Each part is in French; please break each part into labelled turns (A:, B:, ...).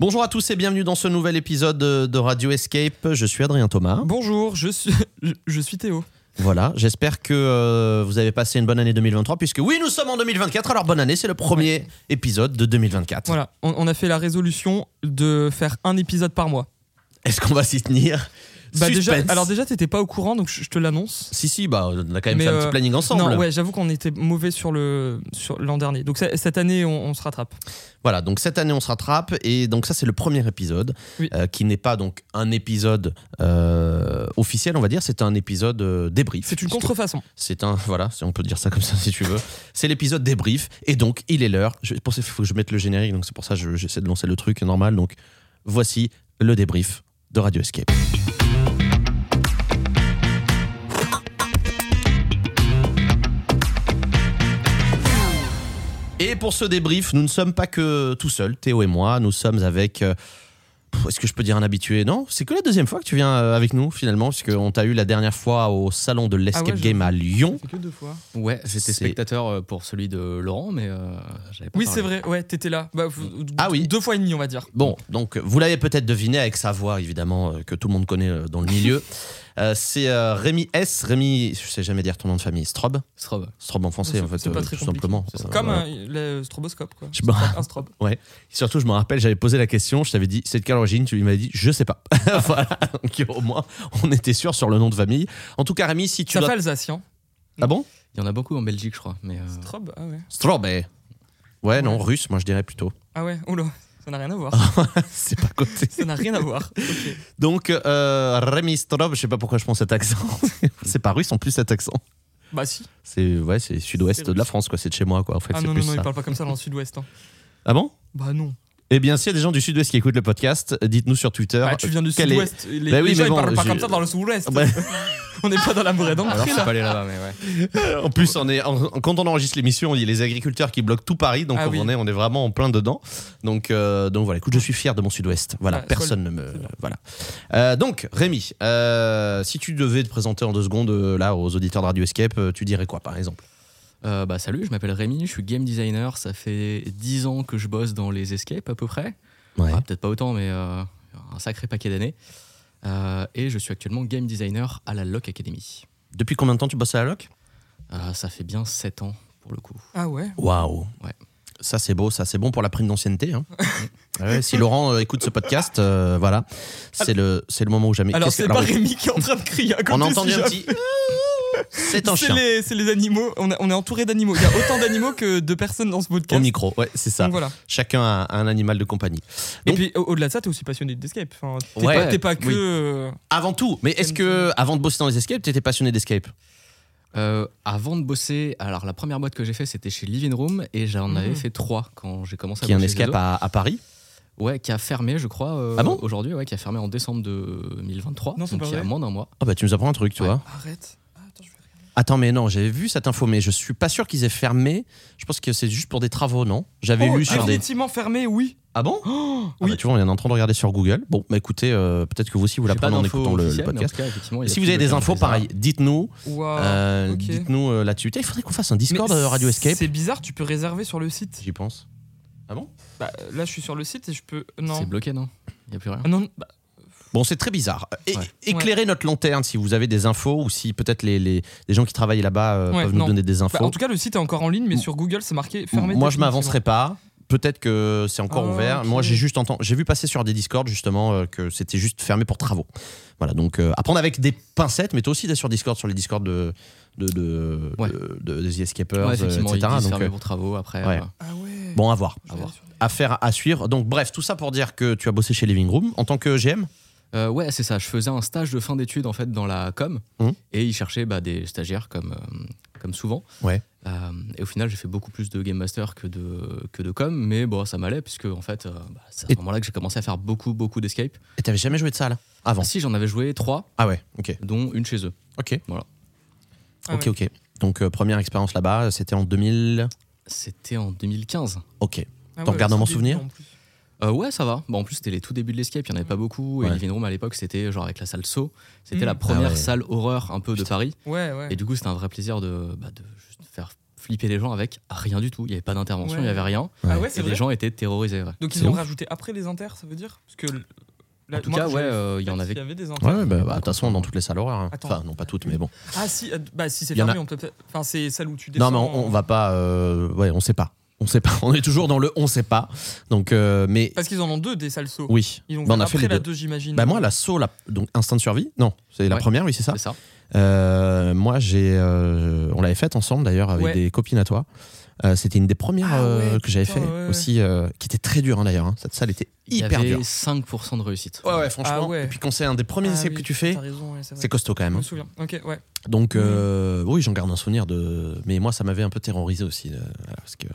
A: Bonjour à tous et bienvenue dans ce nouvel épisode de Radio Escape. Je suis Adrien Thomas.
B: Bonjour, je suis, je, je suis Théo.
A: Voilà, j'espère que euh, vous avez passé une bonne année 2023, puisque oui, nous sommes en 2024, alors bonne année, c'est le premier épisode de 2024.
B: Voilà, on, on a fait la résolution de faire un épisode par mois.
A: Est-ce qu'on va s'y tenir
B: Bah
A: Suspense.
B: déjà, alors déjà, t'étais pas au courant, donc je, je te l'annonce.
A: Si, si, bah, on a quand même
B: Mais,
A: fait un
B: euh,
A: petit planning ensemble.
B: Non, ouais, j'avoue qu'on était mauvais sur le sur l'an dernier. Donc ça- cette année, on, on se rattrape.
A: Voilà, donc cette année on se rattrape et donc ça c'est le premier épisode
B: Oui.
A: euh, qui n'est pas donc un épisode euh, officiel on va dire, c'est un épisode euh, débrief.
B: C'est une
A: Puisque
B: contrefaçon.
A: C'est un voilà, si on peut dire ça comme ça si tu veux. C'est l'épisode débrief et donc il est l'heure. Je pour ça, il faut que je mette le générique donc c'est pour ça que je- j'essaie de lancer le truc normal donc voici le débrief de Radio Escape. Et pour ce débrief, nous ne sommes pas que tout seuls, Théo et moi, nous sommes avec. euh, pff, Est-ce que je peux dire un habitué Non, c'est que la deuxième fois que tu viens euh, avec nous finalement, puisqu'on t'a eu la dernière fois au salon de l'Escape
B: Ah ouais, je-
A: Game à Lyon.
B: que deux fois.
C: Ouais,
A: C'est-
C: j'étais spectateur euh, pour celui de Laurent, mais euh, j'avais pas
B: Oui,
C: parlé.
B: c'est vrai. Ouais, t'étais là. Bah, vous-
A: Ah oui.
B: Deux fois et demi, on va dire.
A: Bon, donc vous l'avez peut-être deviné avec sa voix, évidemment, euh, que tout le monde connaît euh, dans le milieu. Euh, c'est euh, Rémi S. Rémi, je sais jamais dire ton nom de famille, Strobe.
C: Strobe.
A: Strobe en français,
B: C'est-
A: en fait,
B: c'est pas
A: euh,
B: très
A: tout
B: compliqué,
A: simplement.
C: c'est ça.
A: Euh,
B: Comme
A: voilà.
B: euh, le stroboscope, quoi.
A: Je me-
B: Un strobe.
A: Surtout, je me rappelle, j'avais posé la question, je t'avais dit, c'est de quelle origine Tu m'as dit, je sais pas. voilà, donc au moins, on était sûr sur le nom de famille. En tout cas, Rémi, si tu
B: Ça
A: dois-
B: fait alsacien.
A: Ah bon
C: Il y en a beaucoup en Belgique, je crois. Mais euh,
B: Strobe, ah ouais.
A: Strobe. eh. Ouais, non, russe, moi je dirais plutôt.
B: Ah ouais, oula, ça n'a rien à voir.
A: Ah. c'est pas côté.
B: ça n'a rien à voir. Ok.
A: Donc, euh, Rémi Strobe, je sais pas pourquoi je prends cet accent. c'est pas russe en plus cet accent.
B: Bah si.
A: C'est ouais, c'est
B: C'est
A: sud-ouest de la
B: russe.
A: France, quoi. C'est de chez moi, quoi. En fait,
B: Ah
A: c'est
B: non,
A: plus
B: non, non, il
A: ça.
B: parle pas comme ça dans le sud-ouest. hein.
A: Ah bon
B: Bah non.
A: Eh bien, s'il y a des gens du sud-ouest qui écoutent le podcast, dites-nous sur Twitter.
B: Bah, tu viens du
A: Euh, quel est-
B: sud-ouest. Les,
A: Bah oui, mais
B: les gens,
A: bon,
B: ils parlent pas
A: je-
B: comme ça dans le sud-ouest.
A: Bah,
B: On n'est pas dans la vraie
C: alors,
B: d'entrée,
C: je suis
B: là.
C: pas allé là-bas, mais ouais.
A: en plus, on est en- quand on enregistre l'émission, on dit les agriculteurs qui bloquent tout Paris, donc
B: Ah
A: on
B: oui.
A: en est, on est vraiment en plein dedans. Donc, euh, donc voilà. Écoute, je suis fier de mon sud-ouest. Voilà,
B: Ah,
A: personne ne me voilà. Euh, donc, Rémi, euh, si tu devais te présenter en deux secondes euh, là aux auditeurs de Radio Escape, euh, tu dirais quoi, par exemple
C: Euh, bah, salut, je m'appelle Rémi, je suis game designer. Ça fait 10 ans que je bosse dans les escapes, à peu près. Ah, Peut-être pas autant, mais euh, un sacré paquet d'années. Euh, et je suis actuellement game designer à la Lock Academy.
A: Depuis combien de temps tu bosses à la loc
C: Euh, ça fait bien 7 ans, pour le coup.
B: Ah ouais.
A: Waouh.
C: Ouais.
A: Ça, c'est beau, ça, c'est bon pour la prime d'ancienneté. hein. Ouais, si Laurent euh, écoute ce podcast, euh, voilà, c'est le, c'est le moment où jamais.
B: Alors,
A: Qu'est-ce que-
B: c'est pas Rémi qui est en train de crier à côté.
A: On a entendu
B: si
A: un
B: jamais-
A: petit. C'est un
B: C'est
A: chien
B: les, c'est les animaux. On, a- on est entouré d'animaux. Il y a autant d'animaux que de personnes dans ce
A: au
B: podcast.
A: micro. Ouais, c'est ça.
B: Donc voilà.
A: Chacun a un animal de compagnie.
B: Et
A: Donc-
B: puis au- au-delà de ça, t'es aussi passionné d'escape. Enfin, t'es
A: Ouais.
B: pas, t'es pas que.
C: Oui.
B: euh,
A: Avant tout, mais est-ce que avant de bosser dans les escapes, t'étais passionné d'escape
C: Euh, avant de bosser, alors la première boîte que j'ai fait, c'était chez Living Room, et j'en
B: Mhm.
C: avais fait 3 quand j'ai commencé à
A: Qui est un
C: bosser chez
A: escape
C: eux.
A: à, à Paris
C: Ouais, qui a fermé, je crois. euh,
A: Ah bon
C: Aujourd'hui, ouais, qui a fermé en décembre 2023.
B: Non, c'est
C: donc
B: pas
C: il y a
B: vrai.
C: moins d'un mois.
A: Ah bah tu nous apprends un truc, tu
C: Ouais.
A: vois.
B: Arrête. Ah, attends, je vais regarder.
A: Attends, mais non, j'avais vu cette info, mais je suis pas sûr qu'ils aient fermé. Je pense que c'est juste pour des travaux, non J'avais
B: Oh,
A: lu
C: ah
A: sur des.
B: définitivement fermé, oui.
A: Ah bon Ah
B: Oh, oui.
A: bah, tu vois, on est en train de regarder sur Google. Bon, bah écoutez, euh, peut-être que vous aussi vous
C: J'ai pas
A: l'apprenez en
C: d'infos
A: écoutant le- le,
C: officielles, mais en
A: podcast.
C: tout cas, effectivement, il y a
A: Si
C: plus
A: vous avez
C: de Ah,
A: des
C: gens
A: infos,
C: qui les ont.
A: pareil, dites-nous.
B: Waouh.
A: euh,
B: ok.
A: Dites-nous euh, là-dessus. Putain, Il faudrait qu'on fasse un Discord
B: Mais
A: euh, Radio Escape.
B: C'est bizarre, tu peux réserver sur le site.
A: J'y pense. Ah bon
B: Bah, là, je suis sur le site et je peux.
C: C'est
B: Non.
C: bloqué, non Il n'y a plus rien.
B: Ah, non, bah,
A: Bon, c'est très bizarre. Euh, é-
C: Ouais.
A: Éclairez notre lanterne si vous avez des infos ou si peut-être les, les, les gens qui travaillent là-bas euh,
B: Ouais,
A: peuvent
B: non.
A: nous donner des infos.
B: Bah, en tout cas, le site est encore en ligne, mais
A: M-
B: sur Google, c'est marqué fermé.
A: Moi, je
B: définitivement.
A: m'avancerai pas. Peut-être que c'est encore
B: Ah,
A: ouvert.
B: ok.
A: Moi, j'ai juste entendu, j'ai vu passer sur des Discord justement euh, que c'était juste fermé pour travaux. Voilà, donc euh, à prendre avec des pincettes, mais toi aussi t'es sur Discord, sur les Discord de, de, de,
C: Ouais.
A: de- de- des escapers, euh,
C: Ouais,
A: etc.
C: effectivement, ils disent
A: Donc,
C: fermé
A: euh,
C: pour travaux après.
A: ouais.
C: euh,
B: Ah ouais.
A: bon, à voir,
B: Je
A: à
B: vais
A: voir.
B: aller sur-
A: Affaire à suivre. Donc, bref, tout ça pour dire que tu as bossé chez Living Room en tant que GM.
C: Euh, ouais, c'est ça. Je faisais un stage de fin d'études en fait dans la com
A: Mhm.
C: et ils cherchaient bah, des stagiaires comme, euh, comme souvent.
A: Ouais.
C: Euh, et au final, j'ai fait beaucoup plus de game master que de, que de com, mais bon, ça m'allait puisque en fait, euh, bah, c'est à
A: Et-
C: ce moment-là que j'ai commencé à faire beaucoup, beaucoup d'escape.
A: Et t'avais jamais joué de ça là avant
C: Si j'en avais joué trois,
A: Ah ouais, ok,
C: dont une chez eux.
A: ok,
B: Ah
A: ok,
B: ouais.
A: ok. Donc euh, première expérience là-bas, c'était en 2000.
C: C'était en 2015.
A: Ok.
B: Ah
A: T'en
B: ouais,
A: regardes dans mon
B: c'est
A: souvenir
B: début, en plus.
C: Euh, ouais, ça va. Bah, en plus, c'était les tout débuts de l'escape, il n'y en avait pas beaucoup. Et
A: Ouais.
C: Living Room à l'époque, c'était genre avec la salle saut. C'était
B: Mm.
C: la première
A: Ah ouais.
C: salle horreur un peu de Paris.
B: Ouais, ouais.
C: Et du coup, c'était un vrai plaisir de, bah, de juste faire flipper les gens avec rien du tout. Il n'y avait pas d'intervention, il n'y
B: Ouais.
C: avait rien.
B: Ah ouais,
A: Ouais.
C: Et
B: c'est
C: les
B: vrai.
C: gens étaient terrorisés. ouais.
B: Donc
A: C'est
B: ils ont
A: ouf.
B: rajouté après les inters, ça veut dire Parce que
C: En tout cas, ouais, euh, il y en avait.
B: Il y avait des
A: Ouais,
B: inters.
A: ouais, bah, bah, de toute façon, dans toutes les salles horaires. hein.
B: Attends.
A: Enfin, non, pas toutes, mais bon.
B: Ah si, euh, bah si c'est
A: Il y en a-
B: fermé, on peut peut-être. Enfin, c'est celle où tu descends.
A: Non, mais on, on va pas. euh, ouais, on sait pas. On sait pas. On est toujours dans le on sait pas. Donc, euh, mais
B: Parce qu'ils en ont deux des salles saut.
A: oui.
B: Ils ont
A: Bah, on a
B: fait
A: fait les
B: après la
A: deux.
B: 2, j'imagine.
A: Bah moi, l'assaut, la, donc instinct de survie. Non, c'est la
C: Ouais.
A: première, oui, c'est ça.
C: C'est ça.
A: Euh, moi, j'ai, euh, on l'avait faite ensemble d'ailleurs avec
B: Ouais.
A: des copines à toi. Euh, c'était une des premières
B: Ah
A: euh,
B: ouais,
A: que j'avais
B: putain,
A: fait
B: ouais, ouais.
A: aussi, euh, qui était très dure hein, d'ailleurs. hein. Cette salle était
C: Il y
A: hyper
C: avait
A: dure.
C: 5% de réussite.
A: Ouais, ouais, franchement.
B: Ah ouais.
A: Et puis quand c'est un des premiers
B: Ah
A: escapes
B: oui,
A: que tu fais,
B: t'as raison, ouais, c'est vrai.
A: c'est costaud quand
B: Je
A: même.
B: me
A: hein.
B: souviens. Ok, ouais.
A: Donc
B: Mhm.
A: euh, oui, j'en garde un souvenir de. Mais moi, ça m'avait un peu terrorisé aussi, euh, voilà, parce que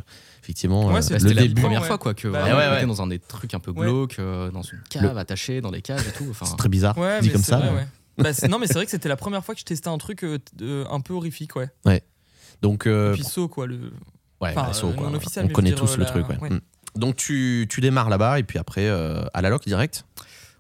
A: effectivement,
B: Ouais,
A: euh,
B: c'est-
C: Bah,
A: le
C: C'était la
A: début,
C: première
B: Ouais.
C: fois quoi, que
B: Bah,
C: vraiment,
A: ouais,
C: on
A: ouais.
C: était dans un des trucs un peu
B: Ouais.
C: glauques, euh, dans une cave, attaché dans des caves et tout. Enfin,
A: c'est très bizarre,
B: Ouais,
A: dit
B: mais
A: comme
B: c'est
A: ça.
B: vrai,
A: mais-
B: ouais. Bah, c'est- non, mais c'est vrai que c'était la première fois que je testais un truc euh, t- euh, un peu horrifique, ouais.
A: Donc euh,
B: Et Puis saut, quoi. Le...
A: Ouais,
B: Enfin,
A: bah, SO,
B: euh,
A: quoi.
B: non officiel,
A: on
B: mais je
A: connaît
B: veux dire,
A: tous
B: euh,
A: le
B: la-
A: truc. ouais.
B: ouais.
A: Mm. Donc tu, tu démarres là-bas et puis après euh, à la loc direct.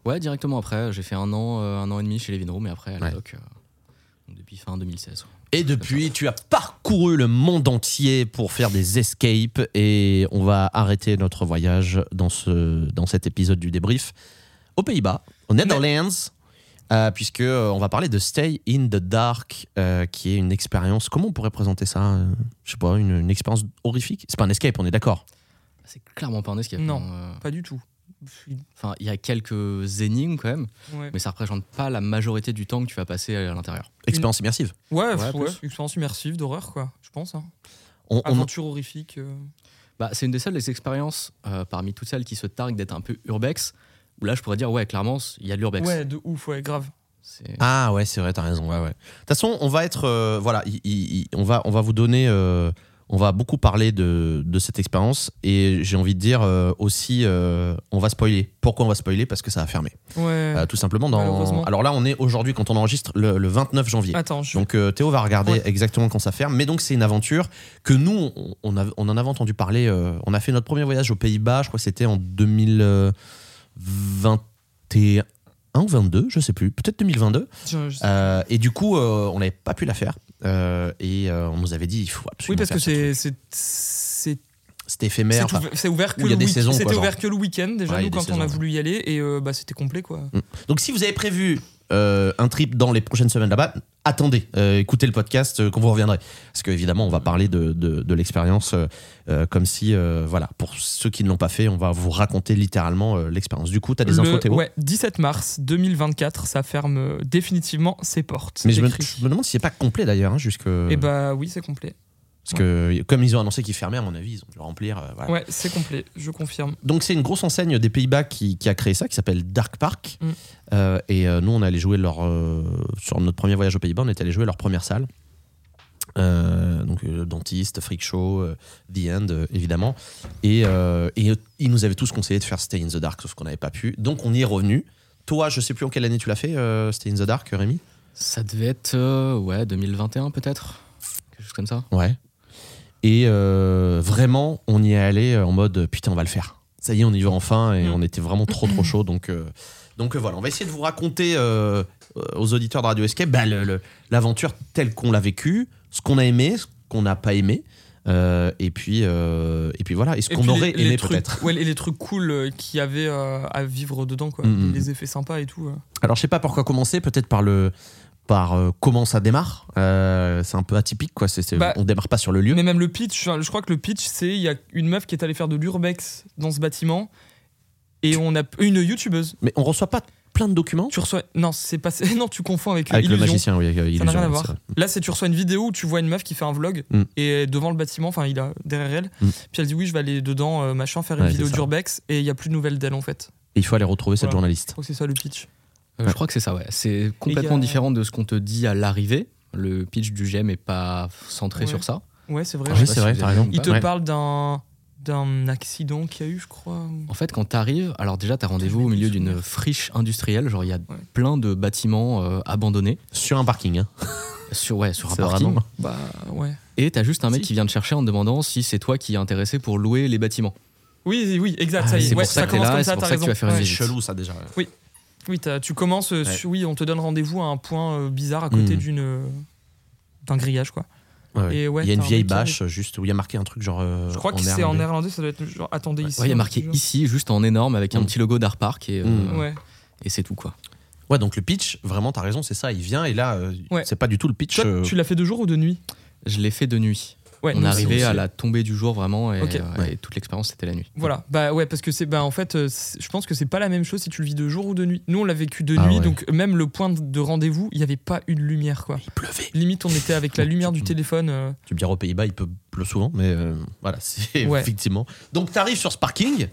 C: Ouais, directement après, j'ai fait un an, euh, un an et demi chez les Vinroom et après à la
A: Ouais.
C: doc, euh, depuis fin 2016. ouais.
A: Et depuis, tu as parcouru le monde entier pour faire des escapes et on va arrêter notre voyage dans, ce, dans cet épisode du débrief aux Pays-Bas, aux Netherlands, euh, puisque euh, on va parler de Stay in the Dark, euh, qui est une expérience. Comment on pourrait présenter ça euh, Je sais pas, une, une expérience horrifique. C'est pas un escape, on est d'accord.
C: Bah, C'est clairement pas un escape.
B: Non.
C: hein, euh,
B: Pas du tout.
C: Enfin, il y a quelques énigmes quand même,
B: Ouais,
C: mais ça représente pas la majorité du temps que tu vas passer à l'intérieur.
A: Expérience immersive.
B: ouais,
C: Ouais,
B: pff, ouais,
C: plus.
B: expérience immersive d'horreur, quoi, je pense. hein.
A: On, on-
B: Aventure horrifique. euh.
C: Bah, c'est une des seules des expériences euh, parmi toutes celles qui se targuent d'être un peu urbex. Où là, je pourrais dire ouais, clairement, il y a de l'urbex.
B: Ouais, de ouf, ouais, grave.
C: C'est-
A: Ah ouais, c'est vrai, t'as raison. Ouais, ouais. De toute façon, on va être, euh, voilà, il- il- il- on va, on va vous donner, euh, on va beaucoup parler de, de cette expérience et j'ai envie de dire euh, aussi, euh, on va spoiler. Pourquoi on va spoiler Parce que ça a fermé.
B: Ouais.
A: Euh, tout simplement dans.
B: Malheureusement.
A: Alors là, on est aujourd'hui quand on enregistre le, le 29 janvier.
B: Attends, je...
A: Donc euh, Théo va regarder
B: Ouais.
A: exactement quand ça ferme. Mais donc c'est une aventure que nous, on, on a- on en avait entendu parler. euh, on a fait notre premier voyage aux Pays-Bas, je crois que c'était en 2021 ou 22, je sais plus. Peut-être 2022.
B: je- je-
A: Euh, et du coup, euh, on n'avait pas pu la faire. Euh, et euh, on nous avait dit, il faut
B: oui,
A: absolument.
B: parce que
A: faire ce truc.
B: c'est c'est c'est
A: C'était éphémère.
B: c'est
A: enfin,
B: ouvert- c'est ouvert que
A: où il y
B: le
A: a des
B: week-
A: saisons, quoi,
B: C'était
A: genre.
B: ouvert que le week-end déjà
A: Ouais, il y a des
B: nous quand on a
A: saisons,
B: voulu y aller et euh, bah c'était complet quoi.
A: Donc, si vous avez prévu euh, un trip dans les prochaines semaines là-bas, attendez, euh, écoutez le podcast euh, quand vous reviendrez. Parce qu'évidemment, on va parler de, de- de l'expérience euh, euh, comme si, euh, voilà, pour ceux qui ne l'ont pas fait, on va vous raconter littéralement euh, l'expérience. Du coup, tu as des
B: Le-
A: infos, Théo
B: Ouais, 17 mars 2024, ça ferme euh, définitivement ses portes.
A: Mais je me,
B: Écrit.
A: je me demande si c'est pas complet d'ailleurs, hein, jusque.
B: Eh bah oui, c'est complet.
A: parce que comme ils ont annoncé qu'ils fermaient, à mon avis, ils ont dû remplir. euh, voilà.
B: Ouais, c'est complet, je confirme.
A: Donc c'est une grosse enseigne des Pays-Bas qui, qui a créé ça, qui s'appelle Dark Park.
B: Mm.
A: Euh, et euh, nous, on allait jouer leur euh, sur notre premier voyage aux Pays-Bas, on est allé jouer leur première salle. Euh, donc euh, dentiste, freak show, euh, The End, euh, évidemment. Et, euh, et, euh, ils nous avaient tous conseillé de faire Stay in the Dark, sauf qu'on n'avait pas pu. Donc on y est revenu. Toi, je sais plus en quelle année tu l'as fait, euh, Stay in the Dark, Rémi.
C: Ça devait être euh, ouais 2021 peut-être, quelque chose comme ça.
A: Ouais. Et euh, vraiment, on y est allé euh, en mode putain, on va le faire. Ça y est, on y va enfin. Et
B: Mm.
A: on était vraiment trop, trop chaud. Donc, euh, donc euh, voilà, on va essayer de vous raconter euh, aux auditeurs de Radio Escape bah, le- le- l'aventure telle qu'on l'a vécue, ce qu'on a aimé, ce qu'on n'a pas aimé. euh, et, puis, euh, et puis voilà, et ce
B: Et
A: qu'on
B: puis
A: aurait
B: les- les
A: aimé
B: trucs-
A: peut-être.
B: Ouais, et les trucs cool euh, qu'il y avait euh, à vivre dedans, quoi.
A: Mm, mm.
B: Les effets sympas et tout. euh.
A: Alors je sais pas par quoi commencer, peut-être par le par euh, comment ça démarre. Euh, c'est un peu atypique quoi, c'est, c'est-
B: Bah,
A: on démarre pas sur le lieu.
B: Mais même le pitch, je crois que le pitch, c'est il y a une meuf qui est allée faire de l'urbex dans ce bâtiment et on a une youtubeuse.
A: Mais on reçoit pas plein de documents
B: Tu reçois. Non, c'est pas. non, tu confonds avec, euh,
A: avec le
B: Illusion.
A: magicien, oui, avec, euh,
B: Ça n'a
A: Illusion,
B: rien à
A: ouais,
B: voir.
A: c'est vrai.
B: Là, c'est tu reçois une vidéo où tu vois une meuf qui fait un vlog
A: Mm.
B: et devant le bâtiment, enfin, il a derrière elle.
A: Mm.
B: Puis elle dit oui, je vais aller dedans, euh, machin, faire une
A: Ouais,
B: vidéo
A: c'est ça.
B: d'urbex et il y a plus de nouvelles d'elle en fait.
A: Et il faut aller retrouver cette
B: Voilà.
A: journaliste.
B: Je crois que c'est ça le pitch.
C: Euh,
A: Ouais.
C: Je crois que c'est ça, ouais. C'est complètement
B: il y a-
C: différent de ce qu'on te dit à l'arrivée. Le pitch du GM est pas centré
B: Ouais.
C: sur ça.
B: Ouais, c'est vrai.
A: Ah oui,
B: ouais.
A: c'est
C: Je sais pas
A: vrai,
C: si vous
A: t'as
C: avez
A: raison.
C: vu ou
B: Il
C: pas.
B: te
A: Ouais.
B: parle d'un d'un accident qu'il y a eu, je crois. ou-
C: En fait, quand t'arrives, alors déjà, t'as rendez-vous
B: j'ai
C: au
B: plus
C: milieu
B: le souvenir.
C: d'une friche industrielle. Genre, il y a plein de bâtiments euh, abandonnés
A: Sur un parking. Hein.
C: sur, ouais, sur un
A: C'est
C: parking.
A: vraiment-
B: Bah ouais.
C: Et t'as juste un mec
B: Si.
C: qui vient te chercher en te demandant si c'est toi qui es intéressé pour louer les bâtiments.
B: Oui, oui, exact.
A: Ah,
B: ça y est.
A: c'est pour
B: Ouais,
A: ça
B: ça
A: que
C: t'es
B: commence
C: là,
B: comme
C: et
B: ça,
C: c'est pour
B: t'as
C: ça que tu
B: raison.
C: vas faire une
B: Ouais.
A: C'est
C: visite.
A: chelou ça déjà.
B: Oui, t'as- tu commences, euh,
A: Ouais.
B: oui, on te donne rendez-vous à un point euh, bizarre à côté
A: Mm.
B: d'une euh, d'un grillage, quoi.
A: Ouais, ouais.
B: Et ouais,
A: il y a une
B: t'as un
A: vieille
B: mec qui
A: bâche, euh, juste où il y a marqué un truc genre. euh,
B: Je crois que c'est en
A: néerlandais.
B: néerlandais, ça doit être genre attendez ici. hein,
C: Ouais, il y a
B: un
C: marqué
B: truc du
C: ici, juste en énorme, avec un
A: Mm.
C: petit logo d'Arpark et, euh,
A: Mm.
B: genre. Ouais.
C: et c'est tout quoi.
A: Ouais, donc le pitch, vraiment, t'as raison, c'est ça. Il vient et là, euh,
B: Ouais.
A: c'est pas du tout le pitch.
B: Toi,
A: euh,
B: tu l'as fait de jour ou de nuit
C: Je l'ai fait de nuit.
B: Ouais,
C: on est
B: donc
C: arrivé
A: c'est-
C: à la tombée du jour vraiment et,
B: Ok.
C: euh,
A: Ouais.
C: et toute l'expérience c'était la nuit.
B: Voilà, bah ouais, parce que c'est, bah en fait, euh, c'est- je pense que c'est pas la même chose si tu le vis de jour ou de nuit. Nous, on l'a vécu de
A: Ah
B: nuit,
A: ouais.
B: donc même le point de- de rendez-vous, il n'y avait pas une lumière, quoi.
A: Il pleuvait.
B: Limite, on était avec la lumière du
A: Mm.
B: téléphone. euh,
A: Tu me diras aux Pays-Bas, il peut pleut souvent, mais euh, voilà, c'est
B: Ouais.
A: effectivement. Donc t'arrives sur ce parking,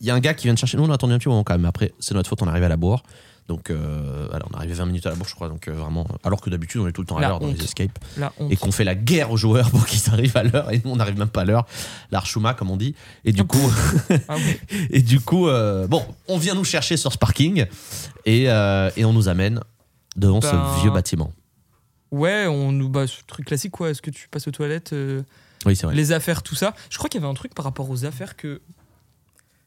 A: il y a un gars qui vient te chercher. Nous, on a attendu un petit moment quand même. Après, c'est notre faute, on est arrivé à la bourre. Donc, euh, voilà, on est arrivé 20 minutes à la bourre, je crois. Donc, euh, vraiment, alors que d'habitude, on est tout le temps à
B: La
A: l'heure dans
B: honte.
A: les escapes
B: la honte.
A: et qu'on fait la guerre aux joueurs pour qu'ils arrivent à l'heure. Et nous, on n'arrive même pas à l'heure. L'archuma, comme on dit. Et du coup.
B: Ah ouais.
A: Et du coup, euh, bon, on vient nous chercher sur ce parking et, euh, et on nous amène devant
B: Ben-
A: ce vieux bâtiment.
B: Ouais, on nous. Bah, ce truc classique, quoi. Est-ce que tu passes aux toilettes euh,
A: Oui, c'est vrai.
B: Les affaires, tout ça. Je crois qu'il y avait un truc par rapport aux affaires que.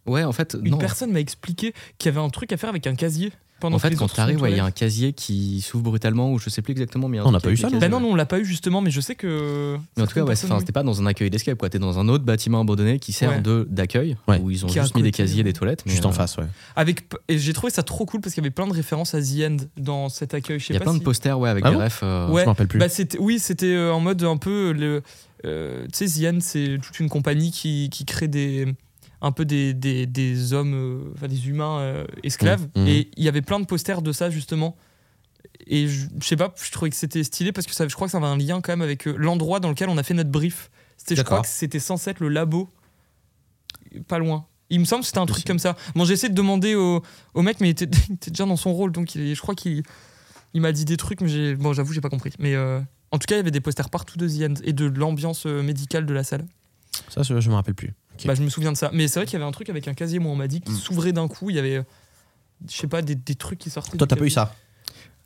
C: Ouais, en fait,
B: Une
C: non.
B: personne m'a expliqué qu'il y avait un truc à faire avec un casier. Pendant
C: En
B: que
C: fait,
B: les
C: quand
B: autres sont aux
C: t'arrives, ouais, il y a
B: toilettes.
C: un casier qui s'ouvre brutalement ou je sais plus exactement. Mais il y a un
A: On n'a
C: truc
A: pas
C: avec
A: eu ça,
C: les
A: non
B: Bah
C: cases,
B: non,
C: ouais.
B: non, on l'a pas eu justement, mais je sais que.
C: Mais en tout cas, ouais, c'est- enfin, c'était pas dans un accueil d'escape, quoi. T'es dans un autre bâtiment abandonné qui sert
B: Ouais.
C: de d'accueil,
A: Ouais.
C: où ils ont
B: Qui est à
C: juste mis des
B: côté,
C: casiers,
B: ouais.
C: des toilettes. mais,
A: Juste en
C: euh,
A: face, ouais.
B: Avec et j'ai trouvé ça trop cool parce qu'il y avait plein de références à The End dans cet accueil. Je sais
C: Il y a
B: pas
C: plein
B: si-
C: de posters, ouais, avec
A: Ah
C: des
A: bon
C: refs. euh,
B: Ouais,
A: Je me rappelle plus.
B: Bah, c'était- oui, c'était euh, en mode un peu le. euh, tu sais, The End, c'est toute une compagnie qui, qui crée des un peu des, des, des hommes, euh, enfin des humains euh, esclaves.
C: Mmh,
A: Mhm, mhm.
B: Et il y avait plein de posters de ça justement. Et je, je sais pas, je trouvais que c'était stylé parce que ça, je crois que ça avait un lien quand même avec euh, l'endroit dans lequel on a fait notre brief. C'était, je crois
A: D'accord.
B: que c'était censé être le labo, pas loin. Il me semble que c'était un truc
C: Possible.
B: comme ça. Bon, j'ai essayé de demander au, au mec, mais il était, il était déjà dans son rôle, donc il est- je crois qu'il il m'a dit des trucs, mais j'ai- bon, j'avoue, j'ai pas compris. Mais euh, en tout cas, il y avait des posters partout de The End et de l'ambiance euh, médicale de la salle.
A: Ça, je, je me rappelle plus. Ok.
B: Bah, je me souviens de ça. Mais c'est vrai qu'il y avait un truc avec un casier, moi, on m'a dit, qui
A: Mm.
B: s'ouvrait d'un coup. Il y avait, euh, je sais pas, des, des trucs qui sortaient.
A: Toi,
B: du
A: t'as pas eu
B: casier.
A: ça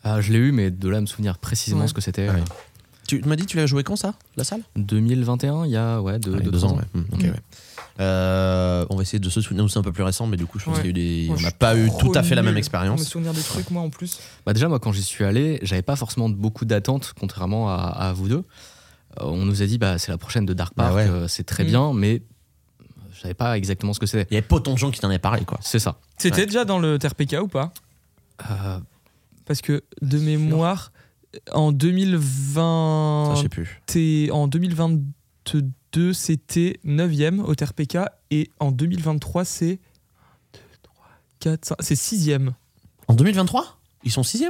C: ah, je l'ai eu, mais de là à me souvenir précisément
B: Ouais.
C: ce que c'était.
A: Ouais.
C: euh,
A: Tu m'as dit, tu l'as joué quand ça La salle
C: 2021, il y a ouais, deux,
A: Ouais,
C: deux,
A: Deux
C: trois
A: ans, ouais. Mm, ok,
B: Mm.
A: ouais. Euh, on va essayer de se souvenir aussi un peu plus récent, mais du coup, je pense
B: Ouais.
A: qu'il y a eu des.
B: Moi,
A: on
B: je
A: n'a
B: suis
A: pas eu tout
B: trop
A: à fait la
B: nul
A: même
B: Pour me
A: expérience.
B: souvenir des trucs, moi, en plus.
C: Bah déjà, moi, quand j'y suis allé, j'avais pas forcément beaucoup d'attentes, contrairement à, à vous deux. Euh, on nous a dit, bah, c'est la prochaine de Dark
A: Bah
C: Park,
A: ouais.
C: euh, c'est très
B: Mm.
C: bien, mais je savais pas exactement ce que c'était.
A: Il y avait pas autant de gens qui t'en avaient parlé, quoi.
C: C'est ça.
B: C'était
A: Ouais.
B: déjà dans le TRPK ou pas
C: Euh,
B: Parce que de mémoire, en 2020.
A: Ça, je sais plus.
B: T'es- en 2022, c'était 9e au TRPK et en 2023, c'est 4, 5, c'est 6e.
A: En 2023 Ils sont 6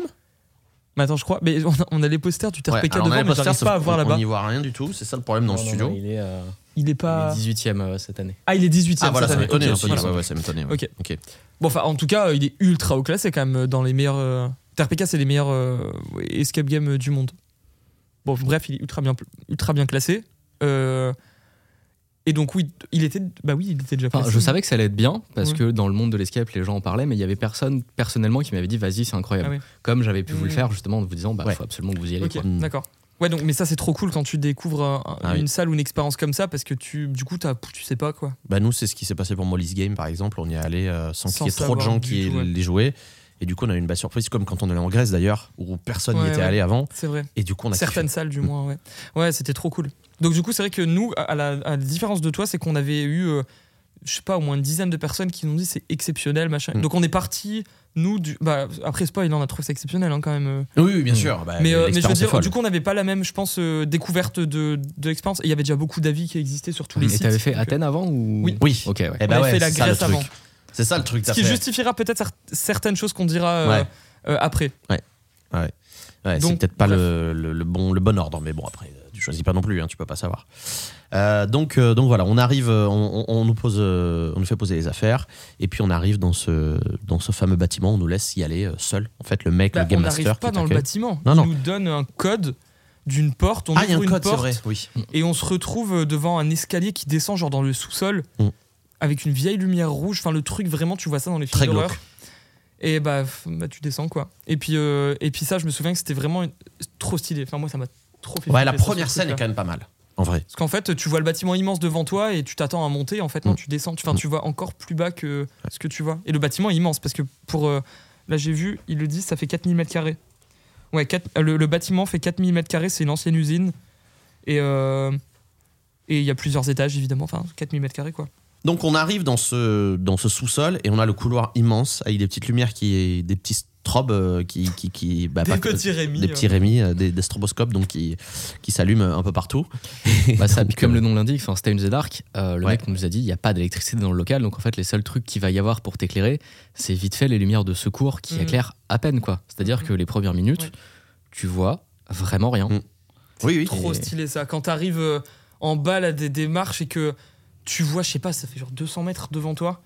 B: Mais attends, je crois, mais on a, on a les posters du TRPK devant, mais j'arrive pas à voir
A: On
B: là-bas.
A: n'y voit rien du tout, c'est ça le problème dans
C: non,
A: le
C: non,
A: studio.
C: non, il est, euh,
B: Il est
C: il est
B: pas
C: 18e euh, cette année.
B: Ah, il est 18e
A: Ah, voilà,
B: cette
A: ça
B: année.
A: m'étonnait
B: Ok,
A: un peu.
B: voilà.
A: Ouais, ouais, ça m'étonnait. ouais.
B: Ok.
A: Ok.
B: Bon, enfin, en tout cas, il est ultra haut classé quand même dans les meilleurs euh, TRPK, c'est les meilleurs euh, escape games euh, du monde. Bon, bref, il est ultra bien ultra bien classé. Euh, et donc oui, il était bah oui, il était déjà
C: Enfin,
B: classé.
C: je savais que ça allait être bien, parce
B: Ouais.
C: que dans le monde de l'escape, les gens en parlaient, mais il y avait personne, personnellement, qui m'avait dit, vas-y, c'est incroyable.
B: Ah ouais.
C: Comme j'avais pu vous le
B: Mm.
C: faire, justement, en vous disant, bah,
A: Ouais.
C: faut absolument que vous y allez.
B: Ok,
C: quoi.
A: quoi. Mm.
B: d'accord. Ouais, donc, mais ça, c'est trop cool quand tu découvres un-
A: Ah oui.
B: une salle ou une expérience comme ça parce que tu, du coup, t'as- tu sais pas quoi.
A: Bah nous, c'est ce qui s'est passé pour Molly's Game, par exemple. On y est allé euh, sans, qu'il
B: Sans
A: y ait trop de
B: savoir
A: gens
B: du
A: qui aient
B: tout, ouais.
A: les jouaient. Et du coup, on a eu une belle surprise, comme quand on allait en Grèce d'ailleurs, où personne n'y
B: Ouais,
A: était
B: ouais.
A: allé avant.
B: C'est vrai.
A: Et du coup, on a
B: Certaines salles, du moins, ouais. Ouais, c'était trop cool. Donc, du coup, c'est vrai que nous, à à la, à la différence de toi, c'est qu'on avait eu, euh, je sais pas, au moins une dizaine de personnes qui nous ont dit c'est exceptionnel, machin.
A: Mm.
B: Donc, on est parti, nous, du. Bah, après spoil, on a trouvé ça exceptionnel hein, quand même. euh.
A: kiffé. Oui, oui, bien
C: Mm.
A: sûr. Bah,
B: mais, euh, mais je veux
A: l'expérience est
B: dire,
A: folle.
B: du coup, on n'avait pas la même, je pense, euh, découverte de, de l'expérience. Et Il y avait déjà beaucoup d'avis qui existaient sur tous les
C: Et
B: sites.
C: t'avais fait
B: Donc, euh,
C: Athènes avant ou...
B: Oui.
A: oui.
C: Ok, ouais.
A: Eh ben
B: on a
A: ouais,
B: fait la
A: c'est ça,
B: Grèce
A: le truc.
B: avant.
A: C'est ça le truc.
B: Ce
A: t'as
B: qui
A: fait.
B: justifiera peut-être cer- certaines choses qu'on dira euh,
A: Ouais.
B: euh, après.
A: Ouais, c'est
B: Donc,
A: peut-être pas
B: bref.
A: le, le- le bon, le bon ordre, mais bon, après, euh, tu choisis pas non plus, hein, tu peux pas savoir. Euh, donc, euh, donc voilà, on arrive, euh, on, on- on nous pose, euh, on nous fait poser les affaires, et puis on arrive dans ce, dans ce fameux bâtiment, on nous laisse y aller euh, seul. En fait, le mec,
B: Bah,
A: le
B: on
A: game
B: n'arrive
A: master.
B: pas
A: qui
B: dans le
A: t'accueille-
B: bâtiment.
A: Non,
B: Il
A: non.
B: nous donne un code d'une porte. On
A: Ah, il y a un
B: ouvre une
A: code, c'est
B: porte
A: vrai, oui.
B: et on se retrouve euh, devant un escalier qui descend genre dans le sous-sol
A: Mm.
B: avec une vieille lumière rouge. Enfin, le truc vraiment, tu vois ça dans les films
A: Très
B: d'horreur.
A: glauque.
B: Et bah, f- bah, tu descends quoi. Et puis, euh, et puis ça, je me souviens que c'était vraiment une- trop stylé. Enfin, moi, ça m'a trop fait.
A: Ouais, la
B: flipper, ça,
A: première
B: ce
A: scène est
B: truc-là.
A: quand même pas mal, en vrai.
B: Parce qu'en fait, tu vois le bâtiment immense devant toi et tu t'attends à monter. En fait, non,
A: Mm.
B: tu descends. Tu- Enfin, tu vois encore plus bas que ce que tu vois. Et le bâtiment est immense parce que pour. euh, là, j'ai vu, ils le disent, ça fait 4000 mètres carrés. Ouais, quatre- euh, le, le bâtiment fait 4000 mètres carrés, c'est une ancienne usine. Et euh, et il y a plusieurs étages, évidemment, enfin 4000 mètres carrés, quoi.
A: Donc on arrive dans ce, dans ce sous-sol et on a le couloir immense avec des petites lumières qui des petits strobes euh, qui qui, qui bah,
B: Des
A: que-
B: petits Rémi,
A: des
B: euh.
A: petits Rémi, euh, des, des stroboscopes donc qui qui s'allument un peu partout.
C: Bah, ça,
A: Donc,
C: comme
A: euh,
C: le nom l'indique, enfin, c'était in the dark. euh, le
A: Ouais.
C: mec nous a dit il n'y a pas d'électricité dans le local, donc en fait, les seuls trucs qu'il va y avoir pour t'éclairer, c'est vite fait les lumières de secours qui
B: Mhm.
C: éclairent à peine, quoi. C'est-à-dire
B: Mhm.
C: que les premières minutes,
B: Ouais.
C: tu vois vraiment rien.
A: Mhm. oui oui.
B: Trop
C: Et-
B: stylé ça. Quand t'arrives euh, en bas là, des, des marches et que tu vois, je sais pas, ça fait genre 200 mètres devant toi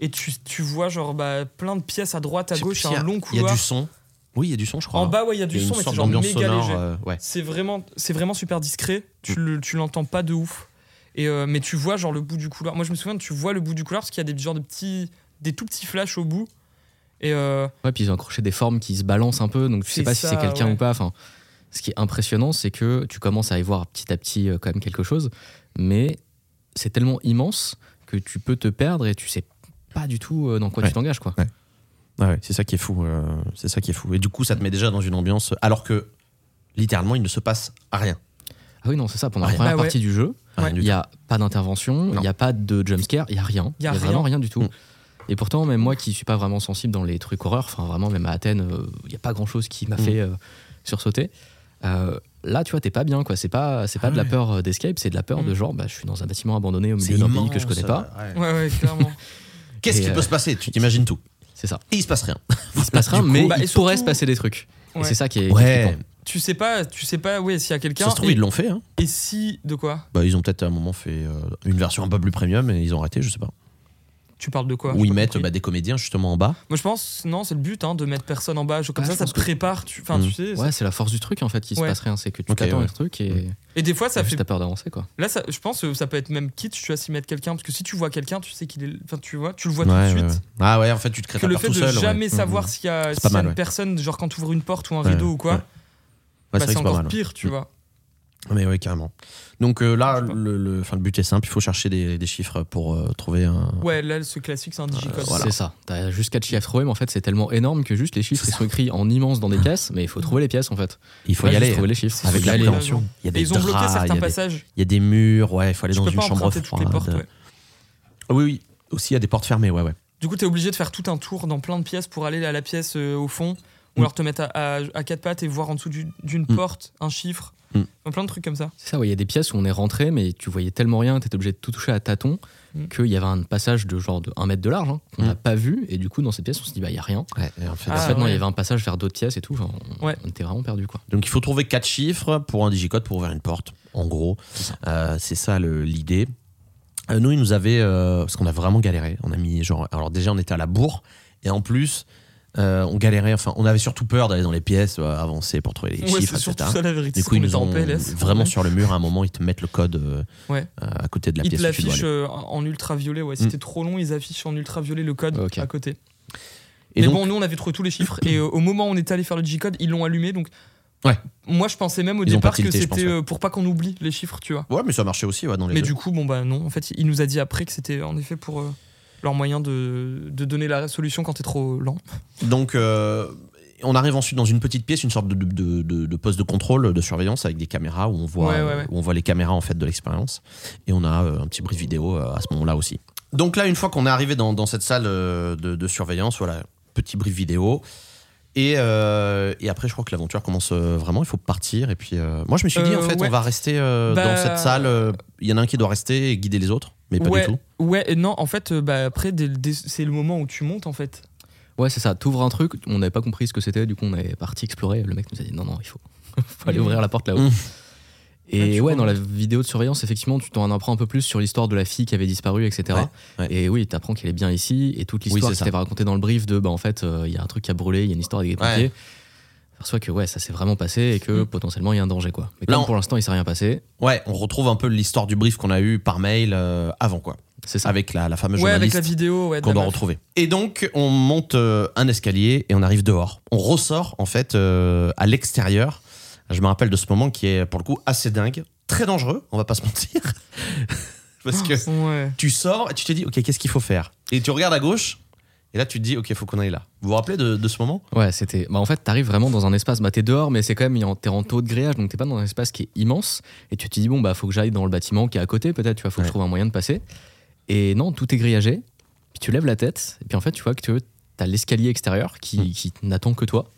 B: et tu, tu vois genre bah, plein de pièces à droite, à
A: Je sais
B: gauche,
A: plus s'il y
B: un
A: a-
B: long
A: Il y a
B: couloir.
A: du son. Oui, il y a du son je crois. hein.
B: En bas, ouais, il y a
A: Il y
B: du
A: a une
B: son, mais c'est
A: sorte
B: genre
A: d'ambiance
B: méga
A: sonore
B: léger.
A: euh, ouais. Mm.
B: C'est vraiment, c'est vraiment super discret. Tu le- tu l'entends pas de ouf. Et euh, mais tu vois genre le bout du couloir. Moi je me souviens, tu vois le bout du couloir parce qu'il y a des genres de petits, des tout petits flashs au bout. Et euh,
C: Ouais, puis ils ont accroché des formes qui se balancent un peu, donc tu sais
B: C'est
C: pas
B: ça,
C: si c'est quelqu'un
B: ouais.
C: ou pas. Enfin, ce qui est impressionnant, c'est que tu commences à y voir petit à petit euh, quand même quelque chose, mais c'est tellement immense que tu peux te perdre et tu sais pas du tout euh, dans quoi
A: Ouais.
C: tu t'engages, quoi.
A: Ouais, ouais, Ah c'est ça qui est fou. euh, c'est ça qui est fou. Et du coup, ça te met déjà dans une ambiance, alors que littéralement, il ne se passe rien.
C: Ah oui, non, c'est ça. Pendant la
A: Ouais.
C: première
B: Bah ouais.
C: partie du jeu,
A: Rien
B: Ouais.
A: du
C: il n'y a pas d'intervention, il
A: Non.
C: n'y a pas de jumpscare, il n'y a rien.
B: Y
C: Il
B: a
C: n'y
B: rien.
C: a, vraiment rien du tout.
A: Mm.
C: Et pourtant, même moi qui suis pas vraiment sensible dans les trucs horreurs, enfin vraiment, même à Athènes, euh, il n'y a pas grand chose qui m'a
A: Mm.
C: fait euh, sursauter. Euh, là, tu vois, t'es pas bien, quoi. C'est pas, c'est pas de la peur euh, d'escape, c'est de la peur
B: Ah Mm.
C: de genre, bah, je suis dans un bâtiment abandonné au
A: tout.
C: milieu d'un pays que je connais pas.
A: euh, ouais.
B: ouais, ouais, clairement.
A: Qu'est-ce
C: Et,
A: qui
C: euh,
A: peut se passer Tu t'imagines tout.
C: C'est ça.
A: Et il se passe rien.
C: Il se passe rien,
B: Du coup,
C: mais
B: bah,
C: il
B: et surtout-
C: pourrait se passer des trucs.
B: Ouais.
C: Et c'est ça qui est. qui est
A: Ouais.
C: flippant.
B: tu sais pas, tu sais pas, ouais, s'il y a quelqu'un.
A: Ça se trouve,
B: et-
A: ils l'ont fait. hein.
B: et si de quoi
A: Bah, ils ont peut-être à un moment fait euh, une version un peu plus premium et ils ont arrêté, je sais pas.
B: Tu parles de quoi
A: Où
B: J'ai
A: ils
B: pas
A: mettent
B: compris.
A: bah, des comédiens justement en bas.
B: Moi, je pense, non, c'est le but hein, de mettre personne en bas. Je- Comme
C: Ah,
B: ça,
C: je
B: ça te
C: pense que-
B: prépare. Tu, enfin,
A: Mm.
B: tu sais, ça-
C: Ouais, c'est la force du truc en fait qui
B: Ouais.
C: se passe rien, c'est que tu
A: Ok,
C: t'attends à
A: ouais.
C: un truc et
B: Et des fois, ça
C: t'as
B: fait.
C: juste peur d'avancer quoi.
B: Là, ça, je pense que ça peut être même kitsch, tu vois, s'ils mettent quelqu'un. Parce que si tu vois quelqu'un, tu sais qu'il est. Enfin, tu vois, tu le vois
A: Ouais,
B: tout de
A: ouais,
B: suite.
A: ouais. Ah ouais, en fait, tu te crées
B: Que
A: ta
B: le
A: peur
B: fait
A: tout
B: de
A: seul. ouais.
B: jamais
A: Mhm.
B: savoir s'il y a,
A: C'est pas
B: s'il y a
A: mal,
B: une
A: ouais.
B: personne, genre quand tu ouvres une porte ou un
A: Ouais,
B: rideau ou quoi,
A: ouais. Ouais,
B: bah,
A: vrai
B: c'est
A: que pas
B: encore
A: mal, ouais.
B: pire, tu
A: Mm.
B: vois.
A: Mais oui, carrément. Donc euh, là,
B: Je sais pas.
A: le, le- enfin, le but est simple, il faut chercher des, des chiffres pour euh, trouver un...
B: Ouais, là, ce classique, c'est un digicode.
A: Ah, voilà.
C: C'est ça. T'as juste 4 chiffres à trouver, mais en fait, c'est tellement énorme que juste les chiffres ils sont écrits en immense dans des pièces, mais il faut trouver les pièces en fait.
A: Il faut
C: Ouais,
A: y
C: juste
A: aller.
C: trouver les chiffres.
B: C'est
A: Avec
B: faut y
C: la
B: aller.
C: prévention.
A: l'appréhension. Il y a
B: Et
A: des
B: ils ont bloqué
A: draps, il y,
B: certains
A: a des-
B: passages.
A: il y a des murs, ouais, il faut aller
B: Tu
A: dans
B: peux
A: une
B: pas
A: chambre
B: emprunter
A: froide.
B: toutes les portes, ouais.
A: Ah Oui, oui. Aussi, il y a des portes fermées, ouais, ouais.
B: Du coup, t'es obligé de faire tout un tour dans plein de pièces pour aller à la pièce euh, au fond, ou
A: Mm.
B: alors te mettre à, à- à quatre pattes et voir en dessous du- d'une
A: Mm.
B: porte un chiffre.
A: Mm.
B: Enfin, plein de trucs comme ça.
C: C'est ça, ouais, il y a des pièces où on est rentré, mais tu voyais tellement rien, t'étais obligé de tout toucher à tâtons,
B: Mm.
C: qu'il y avait un passage de genre de 1 mètre de large hein, qu'on
A: Mm.
C: n'a pas vu, et du coup, dans cette pièce, on se dit, bah, il y a rien.
A: Et en fait,
B: Ah,
C: en fait, non,
B: ouais.
C: il y avait un passage vers d'autres pièces et tout. Enfin, on,
B: Ouais.
C: on était vraiment perdu, quoi.
A: Donc il faut trouver quatre chiffres pour un digicode pour ouvrir une porte, en gros. Euh, C'est ça le- l'idée. Euh, nous, ils nous avaient. euh, parce qu'on a vraiment galéré. On a mis genre. Alors déjà, on était à la bourre. Et en plus, euh, on galérait. Enfin, on avait surtout peur d'aller dans les pièces, euh, avancer pour trouver les
B: ouais,
A: chiffres,
B: c'est
A: etc.
B: surtout ça la vérité.
A: Du
B: c'est
A: coup,
B: qu'on
A: ils nous
B: était en
A: ont
B: PLS.
A: vraiment sur le mur. À un moment, ils te mettent le code euh,
B: Ouais.
A: euh, à côté de la
B: Ils te
A: pièce. où tu dois
B: l'affichent
A: aller. Mmh.
B: euh, en ultraviolet. Ouais, c'était trop long, ils affichent en ultraviolet le code
C: Ok.
B: à côté.
A: Et
B: euh, Mais
A: donc,
B: bon, nous, on avait trouvé tous les chiffres. et euh, au moment où on est allé faire le G-code, ils l'ont allumé. Donc,
A: Ouais.
B: moi, je pensais même au
A: Ils ont pas
B: départ que
A: tilté, je pense,
B: c'était
A: ouais.
B: euh, pour pas qu'on oublie les chiffres, tu vois.
A: ouais, mais ça marchait aussi ouais, dans les
B: Mais
A: deux.
B: du coup, bon, bah non. En fait, il nous a dit après que c'était en effet pour euh, leur moyen de, de donner la solution quand t'es trop lent.
A: Donc, euh, on arrive ensuite dans une petite pièce, une sorte de, de- de- de poste de contrôle, de surveillance avec des caméras où on voit,
B: Ouais, ouais, ouais.
A: Où on voit les caméras en fait de l'expérience. Et on a euh, un petit brief vidéo euh, à ce moment-là aussi. Donc là, une fois qu'on est arrivé dans, dans cette salle euh, de, de surveillance, voilà, petit brief vidéo. Et, euh, et après, je crois que l'aventure commence euh, vraiment. Il faut partir. Et puis, euh, moi, je me suis dit,
B: Euh,
A: en fait,
B: ouais.
A: on va rester euh,
B: Bah-
A: dans cette salle. euh, Il y en a un qui doit rester et guider les autres, mais pas du
B: ouais,
A: tout.
B: ouais, et non, en fait, euh, bah, après, dès le dé- c'est le moment où tu montes, en fait.
C: Ouais, c'est ça. T'ouvres un truc, on n'avait pas compris ce que c'était, du coup, on est parti explorer. Le mec nous a dit, non, non, il faut, faut aller
B: Mm.
C: ouvrir la porte là-haut.
A: Mm. Ah,
B: Ouais, tu
C: Et ouais, dans
B: vois.
C: la vidéo de surveillance, effectivement, tu t'en apprends un peu plus sur l'histoire de la fille qui avait disparu, etc.
A: Ouais, ouais.
C: Et oui, t'apprends qu'elle est bien ici, et toute
A: Oui,
C: l'histoire
A: c'est
C: qui t'avait racontée dans le brief de, bah en fait, euh, il y a un truc qui a brûlé, il y a une histoire avec des
A: Ouais.
C: pompiers. Perçoit que ouais, ça s'est vraiment passé et que
B: Mm.
C: potentiellement il y a un danger quoi. Mais
A: Là,
C: comme
A: on-
C: pour l'instant il s'est rien passé,
A: Ouais, on retrouve un peu l'histoire du brief qu'on a eu par mail euh, avant, quoi.
C: c'est ça.
A: Avec la, la fameuse
B: Ouais, avec
A: journaliste.
B: la vidéo, ouais. de
A: qu'on
B: la
A: doit
B: meuf.
A: retrouver. Et donc, on monte euh, un escalier et on arrive dehors. On ressort, en fait, euh, à l'extérieur. Je me rappelle de ce moment qui est, pour le coup, assez dingue. Très dangereux, on va pas se mentir. Parce que
B: Ouais.
A: tu sors et tu te dis, OK, qu'est-ce qu'il faut faire Et tu regardes à gauche Et là, tu te dis, OK, faut qu'on aille là. Vous vous rappelez de, de ce moment
C: Ouais, c'était. Bah, en fait, t'arrives vraiment dans un espace. Bah, t'es dehors, mais c'est quand même. T'es en taux de grillage, donc t'es pas dans un espace qui est immense. Et tu te dis, bon, bah, faut que j'aille dans le bâtiment qui est à côté, peut-être, tu vois, faut que
A: Ouais.
C: je trouve un moyen de passer. Et non, tout est grillagé. Puis tu lèves la tête, et puis en fait, tu vois que tu as l'escalier extérieur qui,
A: Hmm.
C: qui n'attend que toi,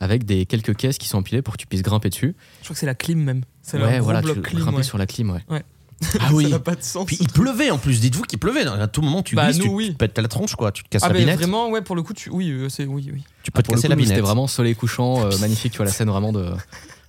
C: avec des quelques caisses qui sont empilées pour que tu puisses grimper dessus.
B: Je crois que c'est la clim même. C'est
C: ouais,
B: un gros
C: voilà,
B: bloc
C: tu
B: clim.
C: grimper
B: ouais.
C: sur la clim, ouais.
A: Ah
B: Ça
A: oui.
B: n'a pas de sens.
A: Puis il pleuvait en plus, dites-vous qu'il pleuvait. À tout moment, tu
B: Bah,
A: glisses,
B: nous,
A: tu,
B: oui.
A: tu te pètes la tronche, quoi. Tu te casses
B: ah
A: la
B: ben
A: binette.
B: vraiment, ouais, pour le coup, tu... oui, euh, c'est oui, oui.
A: Tu peux
C: Ah,
A: te
C: pour le
A: casser
C: coup,
A: la
C: nous,
A: binette.
C: c'était vraiment soleil couchant, euh, magnifique, tu vois, la scène vraiment de,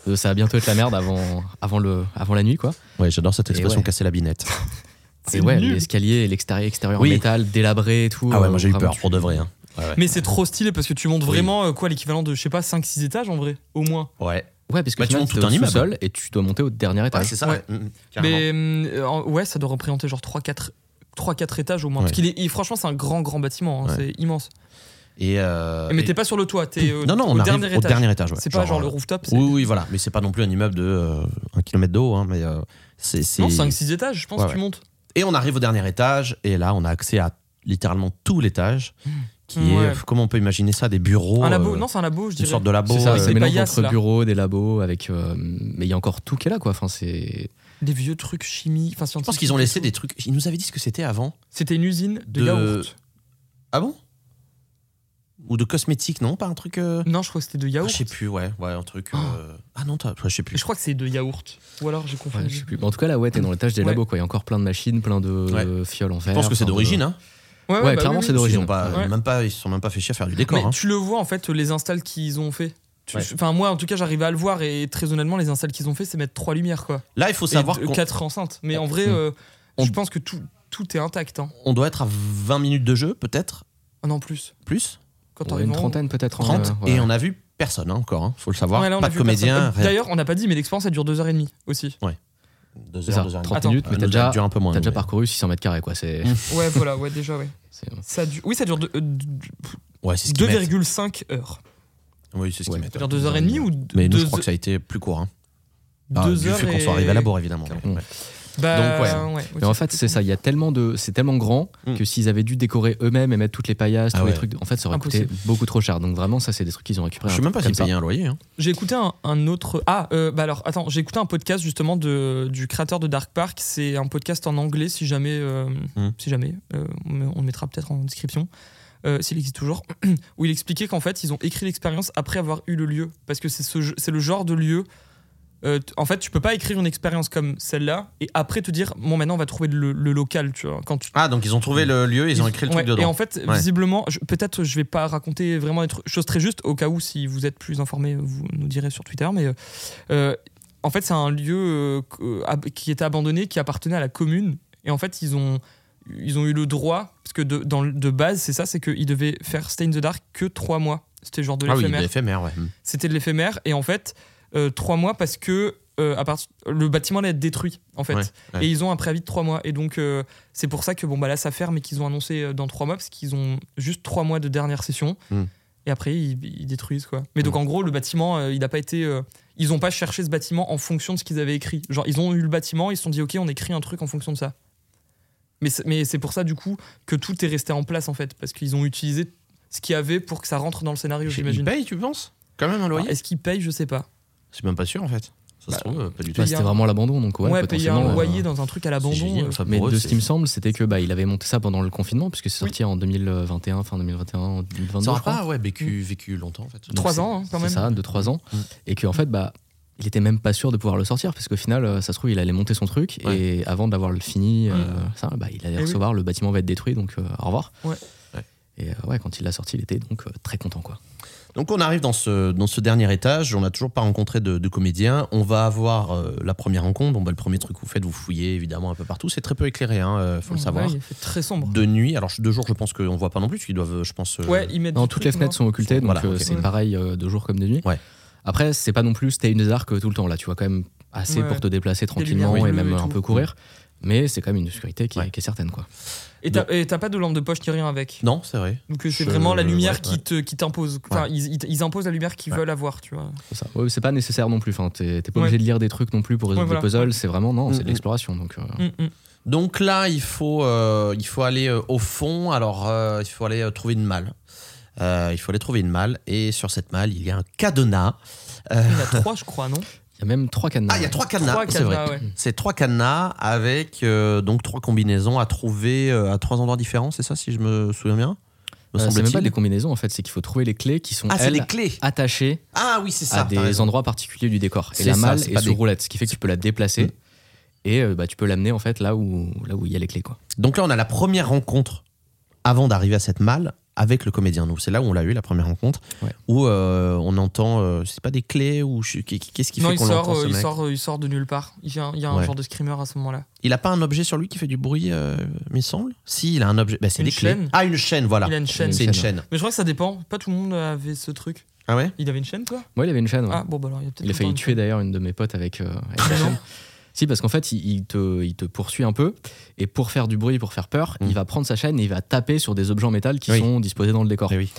C: de ça va bientôt être la merde avant, avant, le, avant la nuit, quoi.
A: Eh Ouais, j'adore cette
C: Et
A: expression
C: ouais.
A: casser la binette.
C: Et
B: C'est
C: ouais,
B: nul.
C: l'escalier et l'extérieur extérieur
A: Oui.
C: en métal, délabré et tout.
A: Ah ouais,
C: euh,
A: moi j'ai eu
C: vraiment,
A: peur
C: tu-
A: pour de vrai. hein. Ouais, ouais.
B: Mais c'est trop stylé parce que tu montes
A: Oui.
B: vraiment euh, quoi l'équivalent de je sais pas 5 6 étages en vrai au moins.
A: Ouais.
C: Ouais, parce que
A: Bah, tu
C: tu
A: montes
C: montes
A: tout un immeuble.
C: sol et tu dois monter au dernier
A: Ouais,
C: étage.
A: c'est ça.
B: Ouais.
A: ouais. Mm, mm, carrément.
B: Mais euh, en- ouais, ça doit représenter genre 3 4 3 4 étages au moins
A: Ouais.
B: parce qu'il est il- franchement c'est un grand grand bâtiment, hein,
A: Ouais.
B: c'est immense.
A: Et, euh,
B: mais
A: et-
B: t'es pas sur le toit, t'es euh,
A: non, non,
B: au
A: on arrive
B: dernier
A: au
B: étage.
A: dernier étage. ouais.
B: C'est pas genre le
A: euh,
B: rooftop, c'est
A: Oui, oui, voilà. Mais c'est pas non plus un immeuble de euh, un kilomètre de haut. hein, mais euh, c'est. c'est-
B: non, 5 6 étages, je pense
A: Ouais,
B: tu montes.
A: Et on arrive au dernier étage. Et là, on a accès à littéralement tout l'étage. Qui est,
B: Hmm. Ouais.
A: euh, comment on peut imaginer ça, des bureaux.
B: un labo,
A: euh,
B: non, c'est un labo, je
A: Une
B: dirais.
A: sorte de labo.
C: C'est ça,
B: euh,
C: c'est
B: des
C: un mélange
B: paillasses, là.
C: entre bureaux, des labos, avec. euh, mais il y a encore tout qui est là, quoi. Enfin, c'est.
B: Des vieux trucs chimie, enfin
A: Je pense qu'ils ont laissé des trucs. Ils nous avaient dit ce que c'était avant.
B: C'était une usine de,
A: de-
B: yaourt.
A: Ah bon Ou de cosmétiques, non Pas un truc. euh,
B: Non, je crois que c'était de
A: ah,
B: yaourt. Oh.
A: je sais plus, ouais, ouais, un truc. euh, Ah non, t'as- ouais, je sais plus.
B: Je crois que c'est de yaourt. Ou alors j'ai
C: ouais, je
B: confondu.
C: sais plus. Mais en tout cas, là, ouais, t'es dans l'étage des
B: Ouais.
C: labos, quoi. Il y a encore plein de machines, plein de
A: Ouais.
C: fioles en verre.
A: Je pense que c'est
C: plein de-
A: d'origine, hein.
B: Ouais,
C: Ouais,
B: bah
C: clairement,
B: oui,
C: c'est
B: oui.
A: Ils
C: d'origine.
A: ont pas,
B: Ouais.
A: même pas, ils se sont même pas fait chier à faire du décor.
B: Mais
A: hein.
B: tu le vois en fait les installs qu'ils ont fait. Tu-
A: Ouais.
B: Enfin moi en tout cas j'arrive à le voir et très honnêtement les installs qu'ils ont fait c'est mettre trois lumières quoi.
A: Là, il faut
B: Et
A: savoir
B: deux-
A: qu'on
B: quatre enceintes. Mais en vrai
C: Mm.
B: euh,
A: On-
B: je pense que tout, tout est intact. Hein.
A: on doit être à 20 minutes de jeu, peut-être
B: Ah non plus.
A: plus,
B: Quand
C: Ouais,
B: t'arrives
C: une
B: en-
C: trentaine, peut-être. hein,
A: 30
C: ouais.
A: et on a vu personne hein, encore. hein, faut le savoir.
B: Ouais, là, on
A: pas
B: a
A: de
B: vu
A: comédien.
B: personne. D'ailleurs on n'a pas dit mais l'expérience elle dure deux heures et demie aussi.
A: deux
C: C'est
A: heures,
C: ça,
A: deux heures et
C: 30
A: demie. Mm.
C: minutes,
A: Ah,
C: mais
A: nous,
C: t'as
A: ça
C: déjà,
A: dure un peu moins.
C: t'as déjà
A: mais-
C: parcouru 600 mètres carrés, quoi. C'est.
B: Ouais voilà ouais déjà ouais.
C: c'est-
B: Ça dure- Oui ça dure de- euh, d-
A: Ouais, c'est ce qu'ils mettent.
B: 2,5 heures.
A: Oui, c'est ce qu'ils
C: Ouais.
A: mettent.
B: Vers deux heures et demie ou d-
A: Mais nous,
B: deux
A: je crois que ça a été plus court. hein. Ah,
B: deux
A: du
B: heures
A: fait qu'on
B: et-
A: soit arrivé à la bourre, évidemment.
C: Quarante.
A: mais ouais.
B: Bah,
A: Donc,
B: ouais. oui,
C: Mais en fait, c'est ça. Il y a tellement de, c'est tellement grand
A: Mm.
C: que s'ils avaient dû décorer eux-mêmes et mettre toutes les paillasses,
A: Ah
C: tous
A: ouais.
C: les trucs, en fait, ça aurait coûté
B: Impossible.
C: beaucoup trop cher. Donc vraiment, ça, c'est des trucs qu'ils ont récupérés.
A: Je sais
C: un
A: même pas
C: truc
A: si
C: comme
A: payer un loyer. hein.
B: J'ai écouté un, un autre. Ah, euh, bah alors, attends, j'ai écouté un podcast justement de, du créateur de Dark Park. C'est un podcast en anglais, si jamais. euh,
A: Hmm.
B: Si jamais. euh, on on le mettra peut-être en description, euh, s'il existe toujours. où il expliquait qu'en fait, ils ont écrit l'expérience après avoir eu le lieu. Parce que c'est ce je- c'est le genre de lieu. euh, t- en fait, tu peux pas écrire une expérience comme celle-là et après te dire, bon, maintenant on va trouver le, le local, tu vois. Quand tu,
A: Ah, donc ils ont trouvé le lieu, ils ont écrit le truc
B: Ouais, Et en
A: dedans.
B: fait,
A: Ouais.
B: visiblement, je- peut-être je vais pas raconter vraiment des trucs- choses très justes, au cas où, si vous êtes plus informé, vous nous direz sur Twitter. Mais euh, euh, en fait, c'est un lieu euh, qu- euh, ab- qui était abandonné, qui appartenait à la commune. Et en fait, ils ont, ils ont eu le droit, parce que de, dans le- de base, c'est ça, c'est qu'ils devaient faire Stay in the Dark que trois mois. C'était genre de
A: Ah oui,
B: l'éphémère.
A: l'éphémère, ouais.
B: C'était de l'éphémère. Et en fait, euh, trois mois parce que euh, à part- le bâtiment allait être détruit, en fait.
A: Ouais, ouais.
B: Et ils ont un préavis de trois mois. Et donc, euh, c'est pour ça que bon, bah, là, ça ferme et qu'ils ont annoncé euh, dans trois mois parce qu'ils ont juste trois mois de dernière session.
A: Mm.
B: Et après, ils, ils détruisent, quoi.
A: Hmm.
B: Mais donc, en gros, le bâtiment, euh, il n'a pas été. euh, ils n'ont pas cherché ce bâtiment en fonction de ce qu'ils avaient écrit. Genre, ils ont eu le bâtiment, ils se sont dit, OK, on écrit un truc en fonction de ça. Mais c'est- mais c'est pour ça, du coup, que tout est resté en place, en fait. Parce qu'ils ont utilisé ce qu'il y avait pour que ça rentre dans le scénario,
A: Ils
B: j'imagine.
A: payent, tu penses Quand même un
B: Alors,
A: loyer
B: Est-ce qu'ils payent Je sais pas.
A: C'est même pas sûr, en fait. Ça se trouve, euh, pas du tout.
C: Bah,
B: payer
C: c'était
B: un-
C: vraiment l'abandon, donc ouais,
B: Ouais, payer
C: potentiellement.
B: un
C: euh,
B: loyer dans un truc à
A: C'est
B: l'abandon.
A: génial,
B: euh,
A: enfin, pour
C: Mais
A: eux,
C: de
A: c'est-
C: ce qui me semble, c'était que bah il avait monté ça pendant le confinement, puisque c'est
B: Oui.
C: sorti en 2021, fin 2021, 2022.
A: Ça
C: je
A: aura
C: crois.
A: pas ouais, vécu, vécu longtemps, en fait.
C: Donc,
B: Mm. Trois
C: c'est-
B: ans, hein, quand même.
C: C'est ça, de 3 ans.
A: Mm.
C: Et qu'en fait, bah, il était même pas sûr de pouvoir le sortir, parce qu'au final, euh, ça se trouve, il allait monter son truc,
A: Ouais.
C: et avant d'avoir le fini, euh,
B: Mm.
C: ça, bah, il
B: Eh
C: allait
B: oui.
C: recevoir, le bâtiment va être détruit, donc euh, au revoir.
B: Ouais.
A: Ouais.
C: Et euh, ouais, quand il l'a sorti, il était donc euh, très content, quoi.
A: Donc on arrive dans ce, dans ce dernier étage, on n'a toujours pas rencontré de, de comédien, on va avoir euh, la première rencontre, bon, bah, le premier truc que vous faites, vous fouillez évidemment un peu partout, c'est très peu éclairé, il faut le
B: ouais,
A: savoir.
B: il fait très sombre.
A: De nuit, alors de jour je pense qu'on voit pas non plus, parce qu'ils doivent, je pense... euh,
B: Ouais, ils mettent
C: Non,
B: du
C: toutes
B: truc
C: les
B: noir.
C: fenêtres sont occultées, donc
A: Voilà,
C: euh,
A: ok.
C: c'est
B: Ouais.
C: pareil euh, de jour comme de nuit.
A: Ouais.
C: Après, c'est pas non plus c'était une des arcs euh, tout le temps là. Tu vois quand même assez
B: Ouais.
C: pour te déplacer
B: lumières
C: tranquillement et
B: bleues
C: même
B: et
C: euh, un
B: tout.
C: peu courir. Mais c'est quand même une obscurité qui, est-
A: Ouais.
C: qui est certaine, quoi.
B: Et t'as et t'as pas de lampe de poche ni rien avec.
A: Non, c'est vrai.
B: Donc euh, c'est
A: Je-
B: vraiment la lumière
A: ouais, ouais.
B: qui te qui t'impose. Enfin, ils, ils- ils imposent la lumière qu'ils
A: Ouais.
B: veulent avoir, tu vois.
C: C'est ça. Ouais, c'est pas nécessaire non plus. Enfin, t'es t'es pas
B: Ouais.
C: obligé de lire des trucs non plus pour résoudre
B: Ouais,
C: des
B: voilà.
C: puzzles. C'est vraiment non,
A: Mm,
C: c'est
A: mm.
C: de l'exploration. Donc euh,
B: Mm, mm.
A: Donc là, il faut, euh, il faut aller euh, au fond. Alors, euh, il faut aller euh, trouver une malle. Euh, il faut aller trouver une malle. Et sur cette malle, il y a un cadenas. Euh,
B: Il y en a trois, je crois, non
C: Il y a même trois Euh, cadenas.
A: Ah, il y a trois cadenas.
B: Trois
A: c'est vrai.
B: cadenas, Ah ouais.
A: C'est trois cadenas avec euh, donc trois combinaisons à trouver euh, à trois endroits différents. C'est ça, si je me souviens bien. Me
C: Euh, c'est même
A: semble-t-il.
C: pas des combinaisons en fait, c'est qu'il faut trouver les clés qui sont
A: Ah, c'est
C: elles
A: les clés.
C: attachées
A: Ah oui, c'est ça.
C: à
A: t'as
C: des
A: raison.
C: endroits particuliers du décor.
A: C'est
C: Et la
A: ça,
C: malle
A: c'est
C: est
A: pas
C: sous
A: des- Mm.
C: roulette, ce qui fait que tu peux la déplacer et euh, bah, tu peux l'amener en fait là où là où il y a les clés quoi.
A: Donc là, on a la première rencontre avant d'arriver à cette malle avec le comédien. Nous, c'est là où on l'a eu la première rencontre,
C: Ouais.
A: où euh, on entend, euh, c'est pas des clés ou je- qu'est-ce qui
B: Non,
A: fait
B: il
A: qu'on
B: sort,
A: l'entend
B: euh,
A: ce
B: il
A: mec
B: sort, euh, il sort de nulle part. Il y a, un- il y a un
A: Ouais.
B: genre de screamer à ce moment-là.
A: Il a pas un objet sur lui qui fait du bruit, euh, me semble. Si, il a un objet. Bah, c'est
B: Une
A: des clés.
B: chaîne
A: Ah, une chaîne, voilà.
B: Il a une chaîne.
A: C'est une chaîne.
B: Mais je crois que ça dépend. Pas tout le monde avait ce truc.
A: Ah ouais.
B: Il avait une chaîne, toi
C: Moi il avait une chaîne. ouais.
B: Ah bon, bah alors il y a peut-être.
C: il a failli
B: encore une
C: tuer d'ailleurs une de mes potes avec, euh, avec la
B: chaîne.
C: chaîne.
B: Non.
C: Si, parce qu'en fait, il, il te, il te poursuit un peu, et pour faire du bruit, pour faire peur,
A: Mm.
C: il va prendre sa chaîne et il va taper sur des objets en métal qui
A: Oui.
C: sont disposés dans le décor.
A: Eh oui.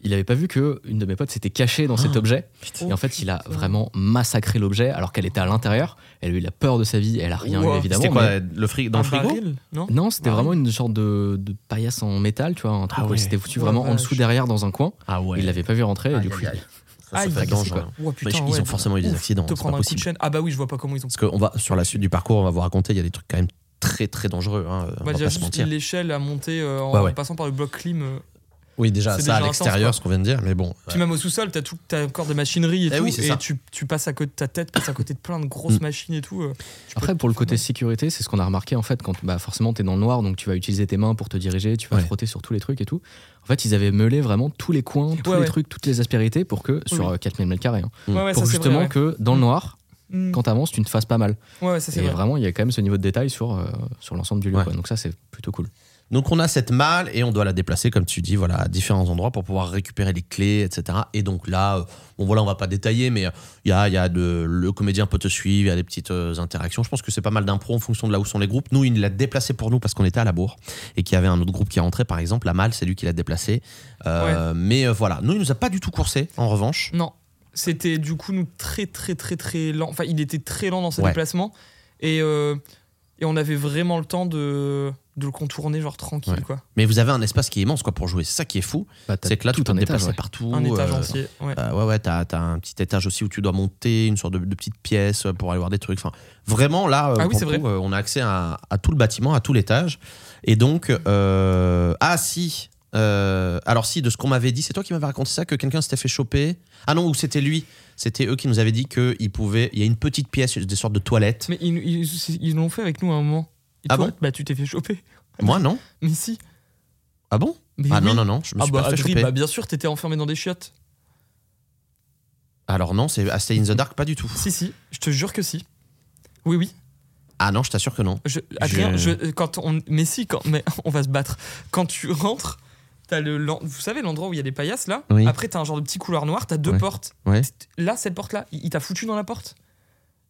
C: Il n'avait pas vu que une de mes potes s'était cachée dans cet
A: Ah,
C: objet,
B: putain.
C: et en fait, il a
B: Oh, putain.
C: vraiment massacré l'objet alors qu'elle était à l'intérieur. Elle a eu la peur de sa vie, elle a rien
B: Ouah.
C: eu évidemment.
A: C'était quoi
C: mais-
A: le frigo dans le
B: Un
A: frigo
B: Ah, baril, Non
C: Non, c'était
B: Ah
C: vraiment une sorte de, de paillasse en métal, tu vois, un truc
A: Ah
C: où
A: ouais.
C: elle s'était foutue
B: Ouais, Oh
C: vraiment en
B: vache.
C: dessous derrière dans un coin.
A: Ah ouais.
C: Il l'avait pas vu rentrer, et
A: Aïe,
C: du coup,
A: aïe, aïe. Ça,
B: Aïe,
A: ça fait
C: aïe, aïe,
A: dangereux.
C: quoi.
B: Ouah,
A: Bah,
B: hein. putain,
A: ils
B: ouais.
A: ont forcément eu des
B: Ouf,
A: accidents.
B: Te
A: c'est pas
B: prendre un coup de
A: possible.
B: chaîne. Ah bah oui, je vois pas comment ils ont.
A: Parce qu'on va sur la suite du parcours, on va vous raconter. Il y a des trucs quand même très très dangereux. hein, on va
B: Bah, déjà,
A: pas se
B: juste
A: mentir.
B: l'échelle à monter euh, en
A: Ouais, ouais.
B: passant par le bloc clim. euh.
A: Oui, déjà, ça
B: C'est
A: à
B: déjà
A: l'extérieur,
B: intense,
A: ce qu'on vient de dire, mais bon. euh,
B: Puis même au sous-sol, t'as tout- t'as encore des machineries et,
A: Eh
B: tout.
A: oui, c'est ça. Mm.
B: et tu, tu passes à côté, ta tête passe à côté de plein de grosses machines et tout. euh. Tu peux-
C: Après, pour le côté sécurité, c'est ce qu'on a remarqué en fait, quand bah, forcément tu es dans le noir, donc tu vas utiliser tes mains pour te diriger, tu vas
A: Ouais.
C: frotter sur tous les trucs et tout. En fait, ils avaient meulé vraiment tous les coins, tous
B: Ouais,
C: les
B: ouais.
C: trucs, toutes les aspérités pour que, sur
B: oui.
C: euh, 4000 mètres carrés, hein,
A: Mm.
B: Ouais, ouais,
C: pour
B: ça, c'est
C: justement
B: vrai, ouais.
C: que dans le noir,
B: Mm.
C: quand tu avances, tu ne te fasses pas mal.
B: Ouais, ouais, ça c'est
C: Et
B: vrai.
C: vraiment, il y a quand même ce niveau de détail sur, euh, sur l'ensemble du lieu.
A: Ouais.
C: quoi. Donc ça, c'est plutôt cool.
A: Donc on a cette malle et on doit la déplacer, comme tu dis, voilà, à différents endroits pour pouvoir récupérer les clés, etc. Et donc là, euh, bon voilà, on va pas détailler, mais euh, il y a, il y a de, le comédien peut te suivre, il y a des petites euh, interactions. Je pense que c'est pas mal d'impro en fonction de là où sont les groupes. Nous, il l'a déplacé pour nous parce qu'on était à la bourre et qu'il y avait un autre groupe qui est rentré, par exemple, la malle, c'est lui qui l'a déplacé. Euh, Mais euh, voilà, nous, il nous a pas du tout coursé, en revanche.
B: Non, c'était du coup nous très très très très lent. Enfin, il était très lent dans ses
A: Ouais.
B: déplacements et euh, et on avait vraiment le temps de de le contourner genre tranquille
A: Ouais.
B: quoi.
A: Mais vous avez un espace qui est immense quoi pour jouer, c'est ça qui est fou.
C: Bah, t'as
A: C'est que là,
C: tout
A: tu peux
C: un
A: te
C: étage,
A: déplacer
C: ouais.
A: partout.
B: Un étage
A: euh,
B: entier. Ouais.
A: Euh, ouais, ouais, t'as, t'as un petit étage aussi où tu dois monter, une sorte de, de petite pièce euh, pour aller voir des trucs. Enfin, vraiment, là, euh,
B: Ah oui,
A: pour
B: c'est
A: le
B: vrai.
A: coup, euh, on a accès à, à tout le bâtiment, à tout l'étage. Et donc, euh, ah si, euh, alors si, de ce qu'on m'avait dit, c'est toi qui m'avais raconté ça, que quelqu'un s'était fait choper. Ah non, ou c'était lui, c'était eux qui nous avaient dit qu'il pouvait, il y a une petite pièce, des sortes de toilettes.
B: Mais ils ils- ils l'ont fait avec nous à un moment. Et
A: Ah
B: toi,
A: bon
B: Bah tu t'es fait choper.
A: Moi, non
B: Mais si.
A: Ah bon
B: Mais
A: Ah
B: oui.
A: non, non, non, je me
B: Ah
A: suis
B: bah,
A: pas fait
B: Adri,
A: choper.
B: bah bien sûr, t'étais enfermé dans des chiottes.
A: Alors non, c'est à Stay in the Dark, pas du tout.
B: Si si, je te jure que si. Oui oui.
A: Ah non, je t'assure que non.
B: Je, Adrien,
A: Je-
B: je- quand on, mais si, quand, mais on va se battre. Quand tu rentres, t'as le, l'en- vous savez l'endroit où il y a les paillasses là.
A: Oui.
B: Après t'as un genre de petit couloir noir, t'as deux
A: Ouais.
B: portes.
A: Ouais.
B: Là cette porte là, il, il t'a foutu dans la porte.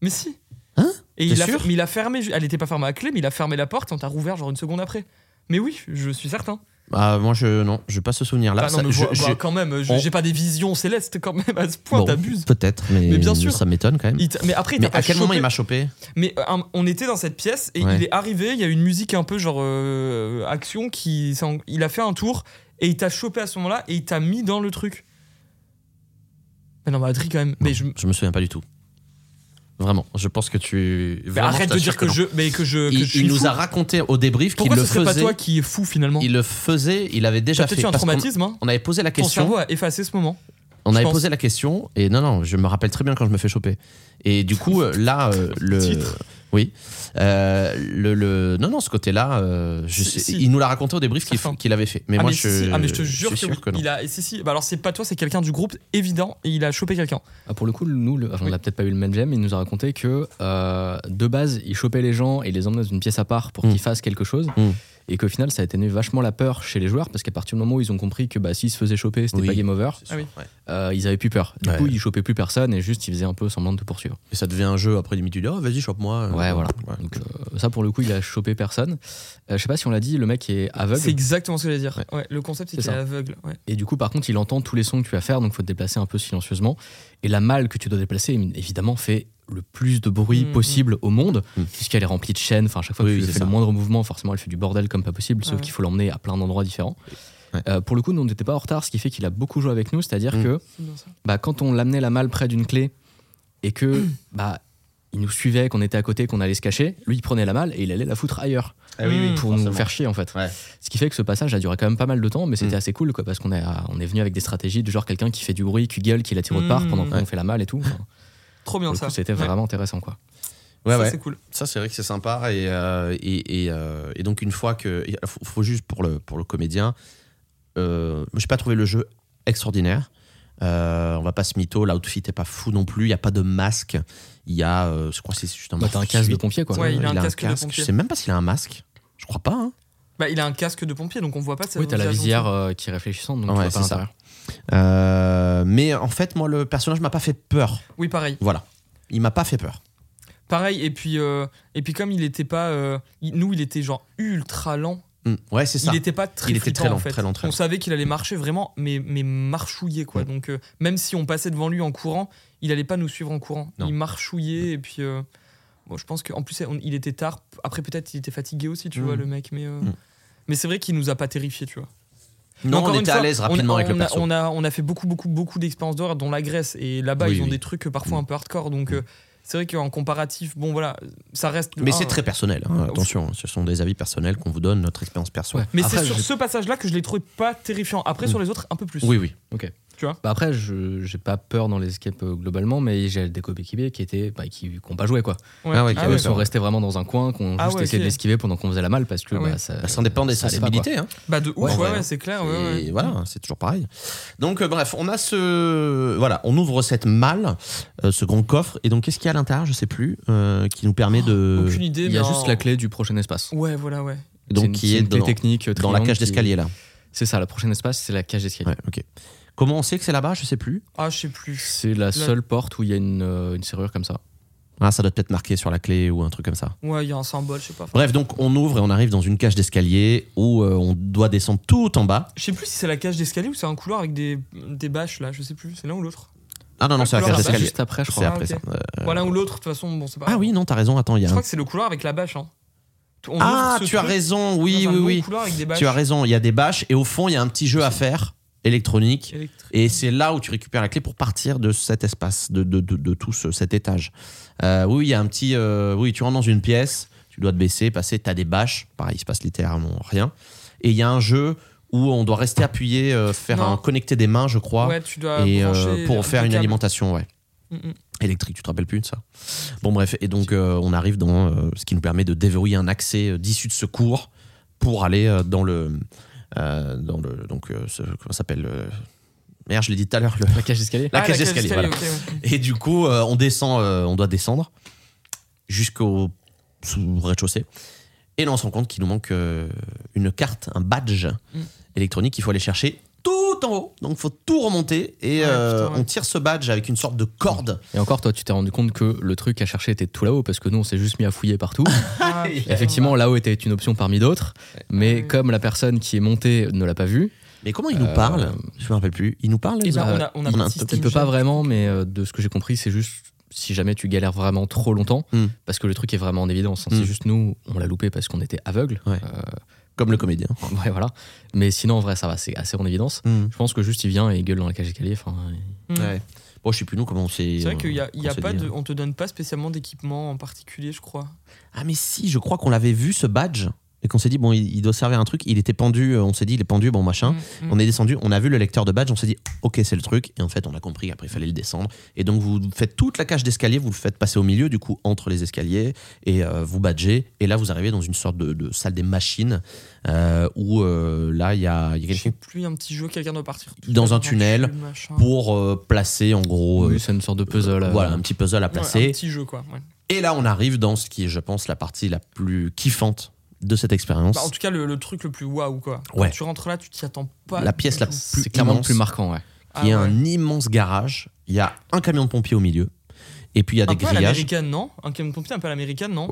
B: Mais si.
A: Hein
B: Et
A: T'es
B: il a,
A: sûr
B: mais il a fermé, elle était pas fermée à clé, mais il a fermé la porte et on t'a rouvert genre une seconde après. Mais oui, je suis certain.
A: Ah, moi, je, non, je pas ce souvenir-là.
B: Ah non,
A: Ça-
B: mais
A: je-
B: vois-
A: je-
B: bah, quand même, je-
A: on-
B: j'ai pas des visions célestes quand même à ce point,
A: Bon,
B: t'abuses.
A: Peut-être, mais,
B: Mais bien sûr.
A: ça m'étonne quand même.
B: Il t'a- Mais après, il
A: Mais
B: t'a pas
A: à quel moment
B: chopé.
A: il m'a chopé
B: Mais euh, un- on était dans cette pièce et
A: Ouais.
B: il est arrivé, il y a une musique un peu genre euh, action qui s'en- il a fait un tour et il t'a chopé à ce moment-là et il t'a mis dans le truc. Mais non, mais Adri quand même. Mais
A: Non,
B: je
A: me souviens pas du tout. Vraiment, je pense que tu.
B: mais
A: Vraiment,
B: arrête de
A: t'assure
B: dire que,
A: non.
B: je mais que je que
A: Il,
B: je suis
A: il nous
B: fou.
A: a raconté au débrief qu'il
B: Pourquoi
A: le
B: ce serait
A: faisait.
B: pas toi qui est fou finalement
A: Il le faisait, il avait
B: T'as
A: déjà
B: peut-être
A: fait.
B: eu un
A: parce qu'on-
B: traumatisme hein
A: on avait posé la
B: Ton cerveau
A: question.
B: a effacé ce moment.
A: On
B: je
A: avait
B: pense.
A: posé la question et non, non, je me rappelle très bien quand je me fais choper. Et du coup, euh, là, euh, le.
B: Titre.
A: Oui. Euh, le, le- Non, non, ce côté-là, euh, je
B: Si,
A: sais-
B: si.
A: il nous l'a raconté au débrief qu'il
B: Certain.
A: qu'il avait fait. Mais
B: ah,
A: moi,
B: mais
A: je.
B: si, si. Ah, mais je te
A: suis
B: jure que,
A: sûr
B: oui,
A: que non.
B: il a si si. Bah alors c'est pas toi, c'est quelqu'un du groupe évident et il a chopé quelqu'un.
C: Ah, pour le coup, nous, le- enfin, on
B: Oui.
C: n'a peut-être pas eu le même gemme, il nous a raconté que euh, de base, il chopait les gens et les emmenait dans une pièce à part pour
A: Mm.
C: qu'ils fassent quelque chose.
A: Mm.
C: Et qu'au final, ça a atténué vachement la peur chez les joueurs parce qu'à partir du moment où ils ont compris que bah, s'ils se faisaient choper, c'était
A: Oui.
C: pas game over,
A: C'est sûr,
B: Ah oui.
A: ouais.
C: euh, ils avaient plus peur. Du
A: Ouais.
C: coup, ils chopaient plus personne et juste ils faisaient un peu semblant de te poursuivre.
A: Et ça devient un jeu après limite tu dis oh, vas-y chope-moi.
C: Ouais, voilà.
A: Ouais.
C: Donc, euh, ça, pour le coup, il a chopé personne. Euh, je sais pas si on l'a dit, le mec est
B: C'est
C: aveugle.
B: exactement ce que j'allais dire. Ouais, le concept c'est
C: C'est
B: qu'il est
C: ça.
B: aveugle. Ouais.
C: Et du coup, par contre, il entend tous les sons que tu vas faire, donc faut te déplacer un peu silencieusement. Et la malle que tu dois déplacer, évidemment, fait le plus de bruit
B: Mm,
C: possible au monde,
A: Mm.
C: puisqu'elle est remplie de chaînes. Enfin, à chaque fois que
A: Oui,
C: tu
A: oui,
C: fais
A: c'est
C: le
A: ça.
C: moindre mouvement, forcément, elle fait du bordel comme pas possible, sauf
B: Ouais.
C: qu'il faut l'emmener à plein d'endroits différents.
A: Ouais.
C: Euh, pour le coup, nous, on n'était pas en retard, ce qui fait qu'il a beaucoup joué avec nous, c'est-à-dire
A: Mm.
C: que
B: C'est bien ça.
C: bah, quand on l'amenait la malle près d'une clé et que bah, il nous suivait, qu'on était à côté, qu'on allait se cacher, lui il prenait la malle et il allait la foutre ailleurs
A: Ah oui, oui,
C: pour nous
A: forcément.
C: faire chier en fait.
A: Ouais.
C: Ce qui fait que ce passage a duré quand même pas mal de temps, mais c'était
A: Mm.
C: assez cool quoi, parce qu'on est, à- on est venu avec des stratégies du genre quelqu'un qui fait du bruit, qui gueule, qui la tire au part
B: Mm.
C: pendant qu'on
A: Ouais.
C: fait la malle et tout. Enfin,
B: Trop bien
C: pour le
B: ça.
C: coup, c'était
B: Ouais.
C: vraiment intéressant quoi.
A: Ouais,
B: ça,
A: ouais.
B: c'est cool.
A: Ça, c'est vrai que c'est sympa. Et, euh, et, et, euh, et donc, une fois que. il faut, faut juste pour le, pour le comédien. Euh, moi, J'ai pas trouvé le jeu extraordinaire. Euh, on va pas se mytho. L'outfit est pas fou non plus. Il y a pas de masque. Il y a. euh, je crois que c'est juste un
C: Bah,
A: masque.
C: t'as un casque de
A: suisse.
C: pompier quoi.
B: Ouais, il a un casque de
A: Je
B: pompier.
A: sais même pas s'il a un masque. Je crois pas. hein.
B: Bah, il a un casque de pompier, donc on voit pas. sa
C: Oui, t'as la
B: visage en
C: visière
B: dessous.
C: euh, qui est réfléchissante, donc
A: Ouais,
C: tu vois
A: c'est
C: pas
A: ça.
C: l'intérieur.
A: Euh, mais en fait, moi, le personnage m'a pas fait peur.
B: Oui, pareil.
A: Voilà. Il m'a pas fait peur.
B: Pareil. Et puis, euh, et puis comme il était pas, euh, il- nous, il était genre ultra lent.
A: Mm. Ouais, c'est ça.
B: Il était pas très.
A: Il était
B: flippant,
A: très lent,
B: en fait.
A: très lent, très
B: On
A: lent.
B: savait qu'il allait marcher vraiment, mais mais marchouillé quoi.
A: Ouais.
B: Donc euh, même si on passait devant lui en courant, il allait pas nous suivre en courant.
A: Non.
B: Il marchouillait et puis. euh, Bon, je pense qu'en plus, on- il était tard. Après, peut-être, il était fatigué aussi, tu
A: Mm.
B: vois, le mec. Mais, euh,
A: Mm.
B: mais c'est vrai qu'il nous a pas terrifiés, tu vois.
A: Non,
B: Encore
A: on
B: une
A: était à
B: fois,
A: l'aise
B: on-
A: rapidement avec
B: on
A: le
B: a-
A: perso.
B: On a, on a fait beaucoup, beaucoup, beaucoup d'expériences d'horreur, dont la Grèce. Et là-bas,
A: Oui,
B: ils ont
A: oui. Mm.
B: des trucs parfois un peu hardcore. Donc, euh, c'est vrai qu'en comparatif, bon, voilà, ça reste. le
A: Mais
B: un,
A: c'est
B: euh,
A: très personnel. hein. Attention, ce sont des avis personnels qu'on vous donne, notre expérience perso.
C: Ouais.
B: Mais
C: Après,
B: c'est sur
C: je-
B: ce passage-là que je l'ai trouvé pas terrifiant. Après,
A: Mm.
B: sur les autres, un peu plus.
A: Oui, oui.
C: Bah après, je j'ai pas peur dans les escapes euh, globalement, mais j'ai des coéquipiers qui étaient bah, qui n'ont pas joué quoi.
B: Ouais.
A: Ah ouais,
C: Qui
A: Ah
C: eux
A: ouais,
C: sont
A: pardon.
C: restés vraiment dans un coin, qu'on
B: Ah
C: juste
B: ouais,
C: essayé
B: ok.
C: de l'esquiver pendant qu'on faisait la malle parce que
B: Ah ouais.
C: bah, ça,
A: Bah, ça dépend des
C: ça allait pas,
A: sensibilités. hein.
B: Bah, de ouf,
C: Ouais,
B: ouais,
C: ouais.
B: ouais, c'est clair. ouais, ouais.
A: Et voilà, c'est toujours pareil. Donc, euh, bref, on a ce. Voilà, on ouvre cette malle, euh, ce grand coffre. Et donc, qu'est-ce qu'il y a à l'intérieur Je sais plus. euh, qui nous permet de.
B: Oh, Aucune idée,
C: Il y a
B: mais
C: juste
B: en-
C: la clé du prochain espace.
B: Ouais, voilà, ouais.
C: C'est
A: Donc,
C: une-
A: qui
C: c'est
A: est
C: une clé
A: dans,
C: technique euh,
A: dans la
C: triangle
A: cage
C: qui-
A: d'escalier, là.
C: C'est ça, le prochain espace, c'est la cage d'escalier.
A: Ouais, ok. Comment on sait que c'est là-bas Je sais plus.
B: Ah, je sais plus.
C: C'est la seule porte où il y a une, euh, une serrure comme ça.
A: Ah, ça doit peut-être marquer sur la clé ou un truc comme ça.
B: Ouais, il y a un symbole, je sais pas. Enfin,
A: Bref, donc, on ouvre et on arrive dans une cage d'escalier où euh, on doit descendre tout en bas.
B: Je sais plus si c'est la cage d'escalier ou c'est un couloir avec des, des bâches là, je sais plus, c'est l'un ou l'autre.
A: Ah non, non, c'est la
B: Alors,
A: cage
B: là-bas,
A: d'escalier.
C: Juste après, je
A: C'est
C: crois.
A: après
B: Ah,
A: ça.
B: ok.
A: Euh,
B: Voilà l'un ou l'autre, de toute façon, bon, c'est pas.
A: Ah oui, non, t'as raison. Attends, il y
B: Je
A: a un
B: crois que c'est le couloir avec la bâche. Hein. On
A: Ah,
B: ouvre ce
A: tu as
B: truc
A: raison,
B: dans
A: oui,
B: un
A: oui,
B: long
A: oui.
B: couloir avec des bâches.
A: Tu as raison, il y a des bâches et au fond, il y a un petit jeu à faire électronique.
B: Électri-
A: Et c'est là où tu récupères la clé pour partir de cet espace, de, de, de- de tout ce- cet étage. Euh, oui, il y a un petit. euh, oui, tu rentres dans une pièce, tu dois te baisser, passer, t'as des bâches. Pareil, il se passe littéralement rien. Et il y a un jeu où on doit rester appuyé, euh, faire
B: Non.
A: un connecter des mains, je crois,
B: Ouais, tu dois
A: et euh,
B: brancher
A: pour faire
B: le
A: une
B: câble.
A: alimentation, ouais.
B: Mm, mm.
A: Électrique, tu te rappelles plus de ça Bon bref, et donc euh, on arrive dans euh, ce qui nous permet de déverrouiller un accès euh, d'issue de secours pour aller euh, dans le euh, dans le donc euh, ce- comment ça s'appelle euh, Merde, je l'ai dit tout à l'heure. le-
C: La cage d'escalier
A: La
B: Ah,
A: cage d'escalier. voilà.
B: ok, ouais.
A: Et du coup, euh, on descend, euh, on doit descendre jusqu'au sous- rez-de-chaussée. Et là, on se rend compte qu'il nous manque euh, une carte, un badge
B: Mm.
A: électronique qu'il faut aller chercher tout en haut. Donc, il faut tout remonter et
B: Ouais,
A: euh,
B: putain, ouais.
A: on tire ce badge avec une sorte de corde.
C: Et encore, toi, tu t'es rendu compte que le truc à chercher était tout là-haut parce que nous, on s'est juste mis à fouiller partout.
B: Ah, putain.
C: Effectivement, là-haut était une option parmi d'autres, mais
B: Ouais.
C: comme la personne qui est montée ne l'a pas vu,
A: Mais comment il nous
C: Euh,
A: parle Je me rappelle plus. Il nous parle
B: Eh ben,
A: là
B: on a, on a
A: Euh, on a un
B: un
A: petit-
B: système
C: il peut pas
B: G.
C: vraiment, mais euh, de ce que j'ai compris, c'est juste si jamais tu galères vraiment trop longtemps,
A: Mm.
C: parce que le truc est vraiment en évidence. hein.
A: Mm.
C: C'est juste nous, on l'a loupé parce qu'on était aveugle.
A: Ouais. Comme le comédien.
C: ouais, voilà. Mais sinon, en vrai, ça va, c'est assez en évidence. Je pense que juste il vient et il gueule dans la cage d'escalier. Enfin,
B: Mm.
A: Mm. Ouais. Bon, je sais plus nous comment on s'est.
B: C'est vrai qu'il y a, il y a
A: qu'on s'est
B: pas
A: dit,
B: de,
A: hein.
B: on te donne pas spécialement d'équipement en particulier, je crois.
A: Ah, mais si, je crois qu'on l'avait vu ce badge et qu'on s'est dit, bon, il, il doit servir à un truc. Il était pendu, euh, on s'est dit, il est pendu, bon, machin.
B: Mm, mm.
A: On est descendu, on a vu le lecteur de badge, on s'est dit ok c'est le truc et en fait on a compris qu'après il fallait le descendre et donc vous faites toute la cage d'escalier, vous le faites passer au milieu du coup entre les escaliers et euh, vous badgez et là vous arrivez dans une sorte de, de salle des machines euh, où euh, là il y a, il y a
B: Je sais
A: quelqu'un
B: plus un petit jeu, quelqu'un doit partir tout
A: Dans
B: seul
A: un tunnel,
B: cul, machin.
A: pour euh, placer en gros euh,
C: oui, c'est une sorte de puzzle. euh,
A: voilà un petit puzzle à
B: Ouais,
A: placer
B: un petit jeu quoi. ouais.
A: et là on arrive dans ce qui est je pense la partie la plus kiffante de cette expérience
B: Bah, en tout cas, le, le truc le plus waouh quoi. Quand
A: Ouais.
B: tu rentres là, tu t'y attends pas.
A: la pièce la plus
C: c'est clairement le
A: immense.
C: plus marquant. Ouais.
B: Ah
A: il y a
B: ouais.
A: un immense garage il y a un camion de pompier au milieu et puis il y a
B: Un
A: des
B: peu à
A: grillages
B: l'américaine, non Un camion de pompier un peu à l'américaine, non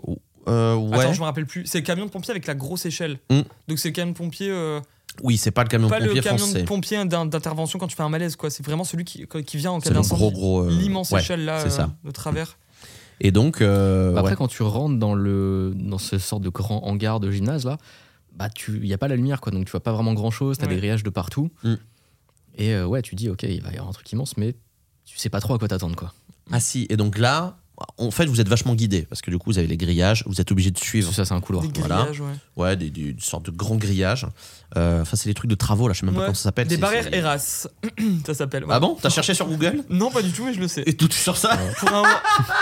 A: Euh, ouais.
B: Attends, je me rappelle plus. C'est le camion de pompier avec la grosse échelle.
A: Mm.
B: Donc c'est le camion de pompier, euh,
A: Oui, c'est pas le camion
B: pas
A: de pompier
B: le camion
A: français.
B: de pompier d'in- d'intervention quand tu fais un malaise, quoi. C'est vraiment celui qui, qui vient en cas
A: C'est le
B: d'incendie.
A: gros gros. euh,
B: L'immense
A: ouais.
B: échelle là,
A: c'est
B: euh,
A: ça.
B: de travers.
A: Et donc, euh,
C: Bah, Après,
A: ouais.
C: quand tu rentres dans, le, dans ce sorte de grand hangar de gymnase, là, bah, tu n'y a pas la lumière, quoi. Donc, tu vois pas vraiment grand chose. Tu as
B: Ouais.
C: des grillages de partout.
A: Mm.
C: Et euh, ouais, tu dis, OK, il va y avoir un truc immense, mais tu sais pas trop à quoi t'attendre, quoi.
A: ah si. Et donc là, en fait, vous êtes vachement guidé parce que du coup, vous avez les grillages, vous êtes obligé de suivre.
C: Ça, c'est un couloir.
B: Des
A: voilà.
B: grillages, ouais.
A: Ouais, des, des- une sorte de grand grillage. Euh, Enfin, c'est des trucs de travaux là. Je sais même pas
B: Ouais.
A: comment ça s'appelle.
B: Des
A: c'est-
B: barrières
A: c'est-
B: Eras, ça s'appelle. ouais.
A: Ah bon T'as cherché sur Google
B: Non, pas du tout, mais je le sais.
A: Et tout tu sors ça
B: Pour un,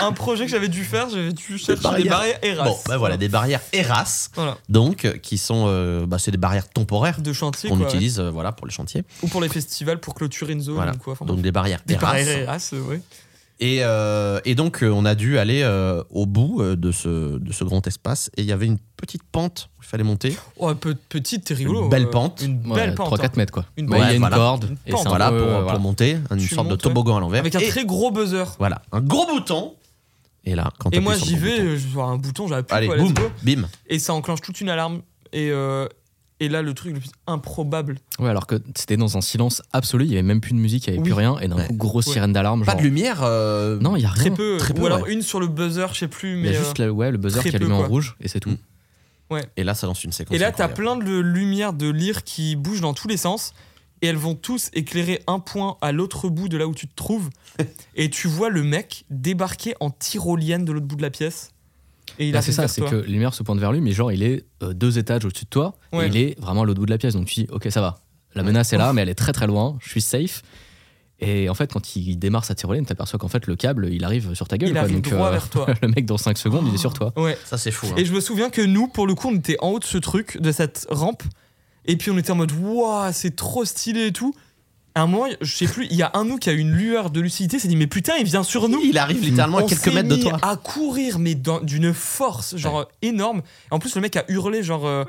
B: un projet que j'avais dû faire, j'avais dû chercher des
A: barrières.
B: barrières Eras.
A: Bon, bah voilà, des barrières ERAS,
B: Voilà.
A: donc euh, qui sont, euh, bah, c'est des barrières temporaires
B: De chantier,
A: qu'on
B: quoi,
A: utilise, euh, voilà, pour les chantiers.
B: ouais. Ou pour les festivals, pour clôturer une zone
A: Voilà.
B: ou quoi. enfin,
A: Donc
B: bref.
A: des barrières
B: des
A: ERAS.
B: barrières Eras, euh, ouais.
A: Et, euh, et donc euh, on a dû aller euh, au bout euh, de ce, de ce grand espace et il y avait une petite pente où il fallait monter.
B: Oh, un peu petite, t'es rigolo.
A: Une belle
B: euh,
A: pente.
B: Une belle
C: Ouais,
B: pente. hein.
C: 3-4 mètres, quoi.
B: Une
C: Mais il y a
A: pente.
C: une
A: Voilà.
C: corde.
B: Une
C: et c'est un
B: pente.
A: Voilà,
C: peu,
A: pour,
C: euh,
A: pour
C: voilà.
A: monter, une
B: Tu
A: sorte de
B: montes,
A: toboggan à
B: hein.
A: l'envers.
B: Avec un
A: Et
B: très gros buzzer.
A: Voilà, un gros bouton. Et là, quand
B: Et
A: t'appuies
B: moi,
A: sur le
B: j'y
A: gros
B: vais,
A: bouton-
B: euh, je vois un bouton, j'appuie.
A: Allez,
B: quoi, let's
A: boum,
B: go.
A: bim.
B: Et ça enclenche toute une alarme. Et, euh, et là, le truc le plus improbable.
C: Ouais, alors que c'était dans un silence absolu, il y avait même plus de musique, il y avait
B: Oui.
C: plus rien, et d'un
A: Ouais.
C: coup, grosse
B: Ouais.
C: sirène d'alarme.
A: Pas
C: genre-
A: de lumière. euh,
C: Non, il y a
B: Très
C: rien.
B: peu.
A: très peu,
B: ou alors
A: ouais.
B: une sur le buzzer, je sais plus.
C: Il y
B: Mais
C: a
B: euh,
C: juste le- ouais, le buzzer
B: très
C: qui est
B: peu,
C: allumé en
B: quoi.
C: rouge, et c'est tout.
A: Mm. Et là, ça lance une séquence.
B: Et là, t'as
A: incroyable.
B: plein de lumières de lyres qui bougent dans tous les sens. Et elles vont tous éclairer un point à l'autre bout de là où tu te trouves. et tu vois le mec débarquer en tyrolienne de l'autre bout de la pièce. Et il
C: Bah,
B: a
C: c'est ça, c'est que les lumières se pointent vers lui, mais genre il est euh, deux étages au-dessus de toi,
B: Ouais.
C: et il est vraiment à l'autre bout de la pièce. Donc tu dis, ok, ça va, la menace est là, mais elle est très très loin, je suis safe. Et en fait, quand il démarre sa tyrolienne, t'aperçois qu'en fait le câble il arrive sur ta gueule.
B: Il
C: quoi.
B: arrive
C: Donc,
B: droit
C: euh,
B: vers toi.
C: le mec dans 5 secondes il est sur toi.
B: Ouais.
A: Ça, c'est fou. hein.
B: Et je me souviens que nous, pour le coup, on était en haut de ce truc, de cette rampe. Et puis on était en mode, waouh, c'est trop stylé et tout. À un moment, je sais plus, il y a un nous qui a eu une lueur de lucidité, s'est dit, mais putain, il vient sur nous.
A: Il arrive littéralement à
B: On
A: quelques
B: s'est
A: mètres de
B: mis
A: toi.
B: À courir, mais d'un- d'une force, genre énorme. En plus, le mec a hurlé, genre euh,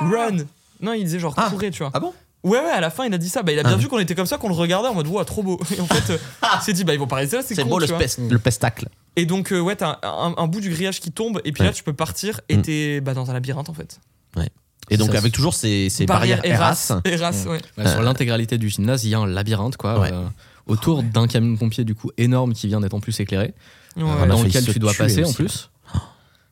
B: run. Non, il disait genre
A: Ah.
B: courez, tu vois.
A: Ah bon
B: Ouais, ouais, à la fin, il a dit ça. Bah, il a bien
A: Ah.
B: vu qu'on était comme ça, qu'on le regardait en mode, ouah, trop beau. Et en fait, euh, il s'est dit, bah, ils vont pas rester là, c'est
A: C'est
B: con,
A: beau le,
B: tu vois.
A: spec- le pestacle.
B: Et donc, euh, ouais, t'as un, un- un bout du grillage qui tombe, et puis là,
A: Ouais.
B: tu peux partir, et
A: Mm.
B: t'es bah, dans un labyrinthe, en fait.
A: Et donc,
C: Ça,
A: avec
C: c'est-
A: toujours ces, ces barrières ERAS.
B: et race, ouais.
C: Ouais, sur l'intégralité du gymnase, il y a un labyrinthe quoi.
A: Ouais.
C: euh, autour d'un camion de pompiers du coup énorme qui vient d'être en plus éclairé,
A: Ah,
B: Ouais, ouais.
A: bah,
C: dans
A: failli
C: lequel
A: se
C: tu dois
A: tuer
C: passer en
A: aussi,
C: plus.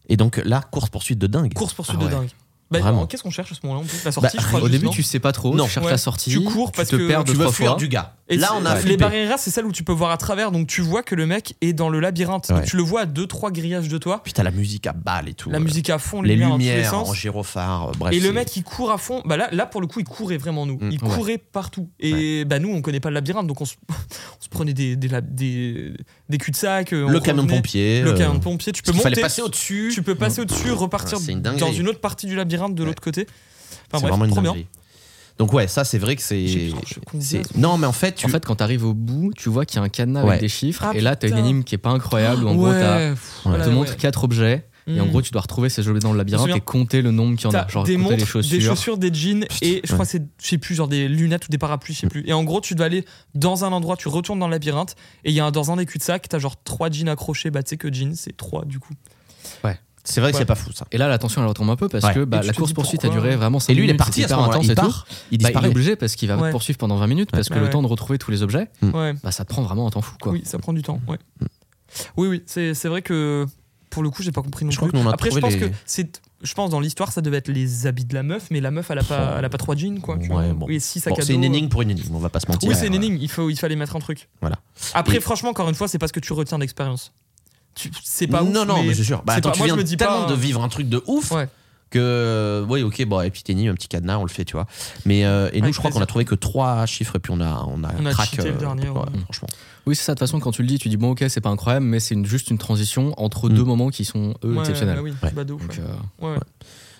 A: Et donc là, course-poursuite de dingue.
B: Course poursuite
A: Ah
B: de
A: ouais.
B: dingue. Bah,
A: Vraiment.
B: Qu'est-ce qu'on cherche à ce moment-là en plus La sortie,
A: Bah,
B: je crois.
C: Au
B: juste,
C: début,
B: non
C: tu sais pas trop,
A: Non.
C: tu cherches
B: Ouais.
C: la sortie,
B: Tu cours parce
C: te
B: que
C: perds de
A: tu veux
C: trois
A: fuir
C: fois.
A: du gars.
B: Et
A: là,
B: c'est-
A: on a
B: les
A: flippé.
B: barrières races, c'est celle où tu peux voir à travers, donc tu vois que le mec est dans le labyrinthe.
A: Ouais.
B: Donc tu le vois à 2-3 grillages de toi,
A: Putain, la musique à balle et tout.
B: la
A: euh,
B: musique à fond,
A: les
B: dans tous les
A: lumières en
B: sens.
A: gyrophare. euh, Bref.
B: Et le
A: c'est-
B: mec il court à fond, bah là, là pour le coup il courait vraiment nous,
A: Mm,
B: il
C: ouais.
B: courait partout. Et bah nous on connaît pas le labyrinthe donc on se, on se prenait des, des, lab- des, des cul-de-sac. euh, on
A: Le camion de
B: revenait.
A: pompier.
B: Le
A: euh,
B: camion de pompier, tu
A: parce
B: peux
A: qu'il fallait
B: monter,
A: passer au-dessus.
B: tu peux passer au-dessus, repartir
A: Ouais, c'est une
B: dans
A: dinguerie.
B: une autre partie du labyrinthe de
A: Ouais.
B: l'autre côté. Enfin
A: C'est
B: bref,
A: vraiment une
B: trop bien.
A: dinguerie. Donc, ouais, ça, c'est vrai que
B: Je sais
A: c'est.
B: plus trop, je suis con,
A: c'est-
B: ça, ça.
A: Non, mais en fait, tu.
C: En fait, quand t'arrives au bout, tu vois qu'il y a un cadenas
A: Ouais.
C: avec des chiffres,
B: Ah,
C: et là, t'as une
B: putain.
C: énigme qui est pas incroyable. En gros, t'as-
B: pff,
A: Ouais.
C: on
B: voilà,
C: te montre
B: ouais.
C: quatre objets, et en
B: Mm.
C: gros, tu dois retrouver ces objets dans
B: Je
C: le
B: me
C: labyrinthe
B: souviens.
C: et compter le nombre qu'il y en
B: T'as
C: a. Genre,
B: des
C: compter
B: montres,
C: les
B: des
C: chaussures.
B: chaussures, des jeans et je crois c'est je sais plus genre des lunettes ou des parapluies,
A: Mm.
B: je sais plus. Et en gros, tu dois aller dans un endroit, tu retournes dans le labyrinthe et il y a un dans un des cul-de-sac, t'as genre trois jeans accrochés, bah tu sais que jeans c'est trois du coup.
A: C'est vrai que
B: Ouais.
A: c'est pas fou ça.
C: Et là, la tension, elle retombe un peu parce
A: Ouais.
C: que bah,
B: Et tu
C: la
B: te
C: course
B: dis
C: poursuite a
B: pourquoi hein.
C: duré vraiment 5
A: Et lui, il est
C: minutes,
A: parti
C: c'était
A: à ce
C: hyper
A: moment-là.
C: intense
A: Il
C: et tout.
A: part. Il
C: Bah, il est
A: disparaît.
C: obligé parce qu'il va
B: Ouais.
C: te poursuivre pendant 20 minutes parce que
B: Ouais,
C: le
B: ouais.
C: temps de retrouver tous les objets,
A: Mm.
B: Ouais.
C: bah, ça te prend vraiment un temps fou. Quoi.
B: Oui, ça prend du temps, ouais. Oui oui, c'est c'est vrai que pour le coup, j'ai pas compris non
A: Je crois
B: plus.
A: que nous, on a
B: Après je
A: trouvé
B: pense
A: les-
B: que c'est je pense dans l'histoire, ça devait être les habits de la meuf, mais la meuf elle a pas elle a pas trois jeans quoi, tu vois.
A: Ouais, bon.
B: Oui, six sacs
A: Bon,
B: à
A: c'est
B: dos,
A: une
B: euh.
A: énigme pour une énigme, on va pas se mentir.
B: Oui, c'est une
A: Ouais.
B: énigme, il, faut, il fallait mettre un truc.
A: Voilà.
B: Après,
A: Et-
B: franchement, encore une fois, c'est pas ce que tu retiens d'expérience. Tu- C'est pas
A: non,
B: ouf,
A: non, mais,
B: mais
A: c'est sûr. Bah,
B: c'est
A: attends,
B: pas-
A: tu
B: moi, je
A: viens
B: me dis
A: tellement
B: pas- hein.
A: de vivre un truc de ouf
B: Ouais.
A: que, oui, ok, bon, et puis t'es ni un petit cadenas, on le fait, tu vois. Mais euh, et nous,
B: Avec
A: je crois qu'on
B: plaisir.
A: a trouvé que trois chiffres et puis on a, on a,
B: On a
A: crack, euh,
B: cheaté le dernier, ouais.
A: franchement.
C: Oui, c'est ça. De toute façon, quand tu le dis, tu dis bon, ok, c'est pas incroyable, mais c'est une- juste une transition entre
A: Mm.
C: deux moments qui sont eux
B: Ouais,
C: exceptionnels.
B: bah oui,
A: Ouais.
B: bah de ouf,
C: Donc,
B: ouais.
C: euh,
B: Ouais, ouais.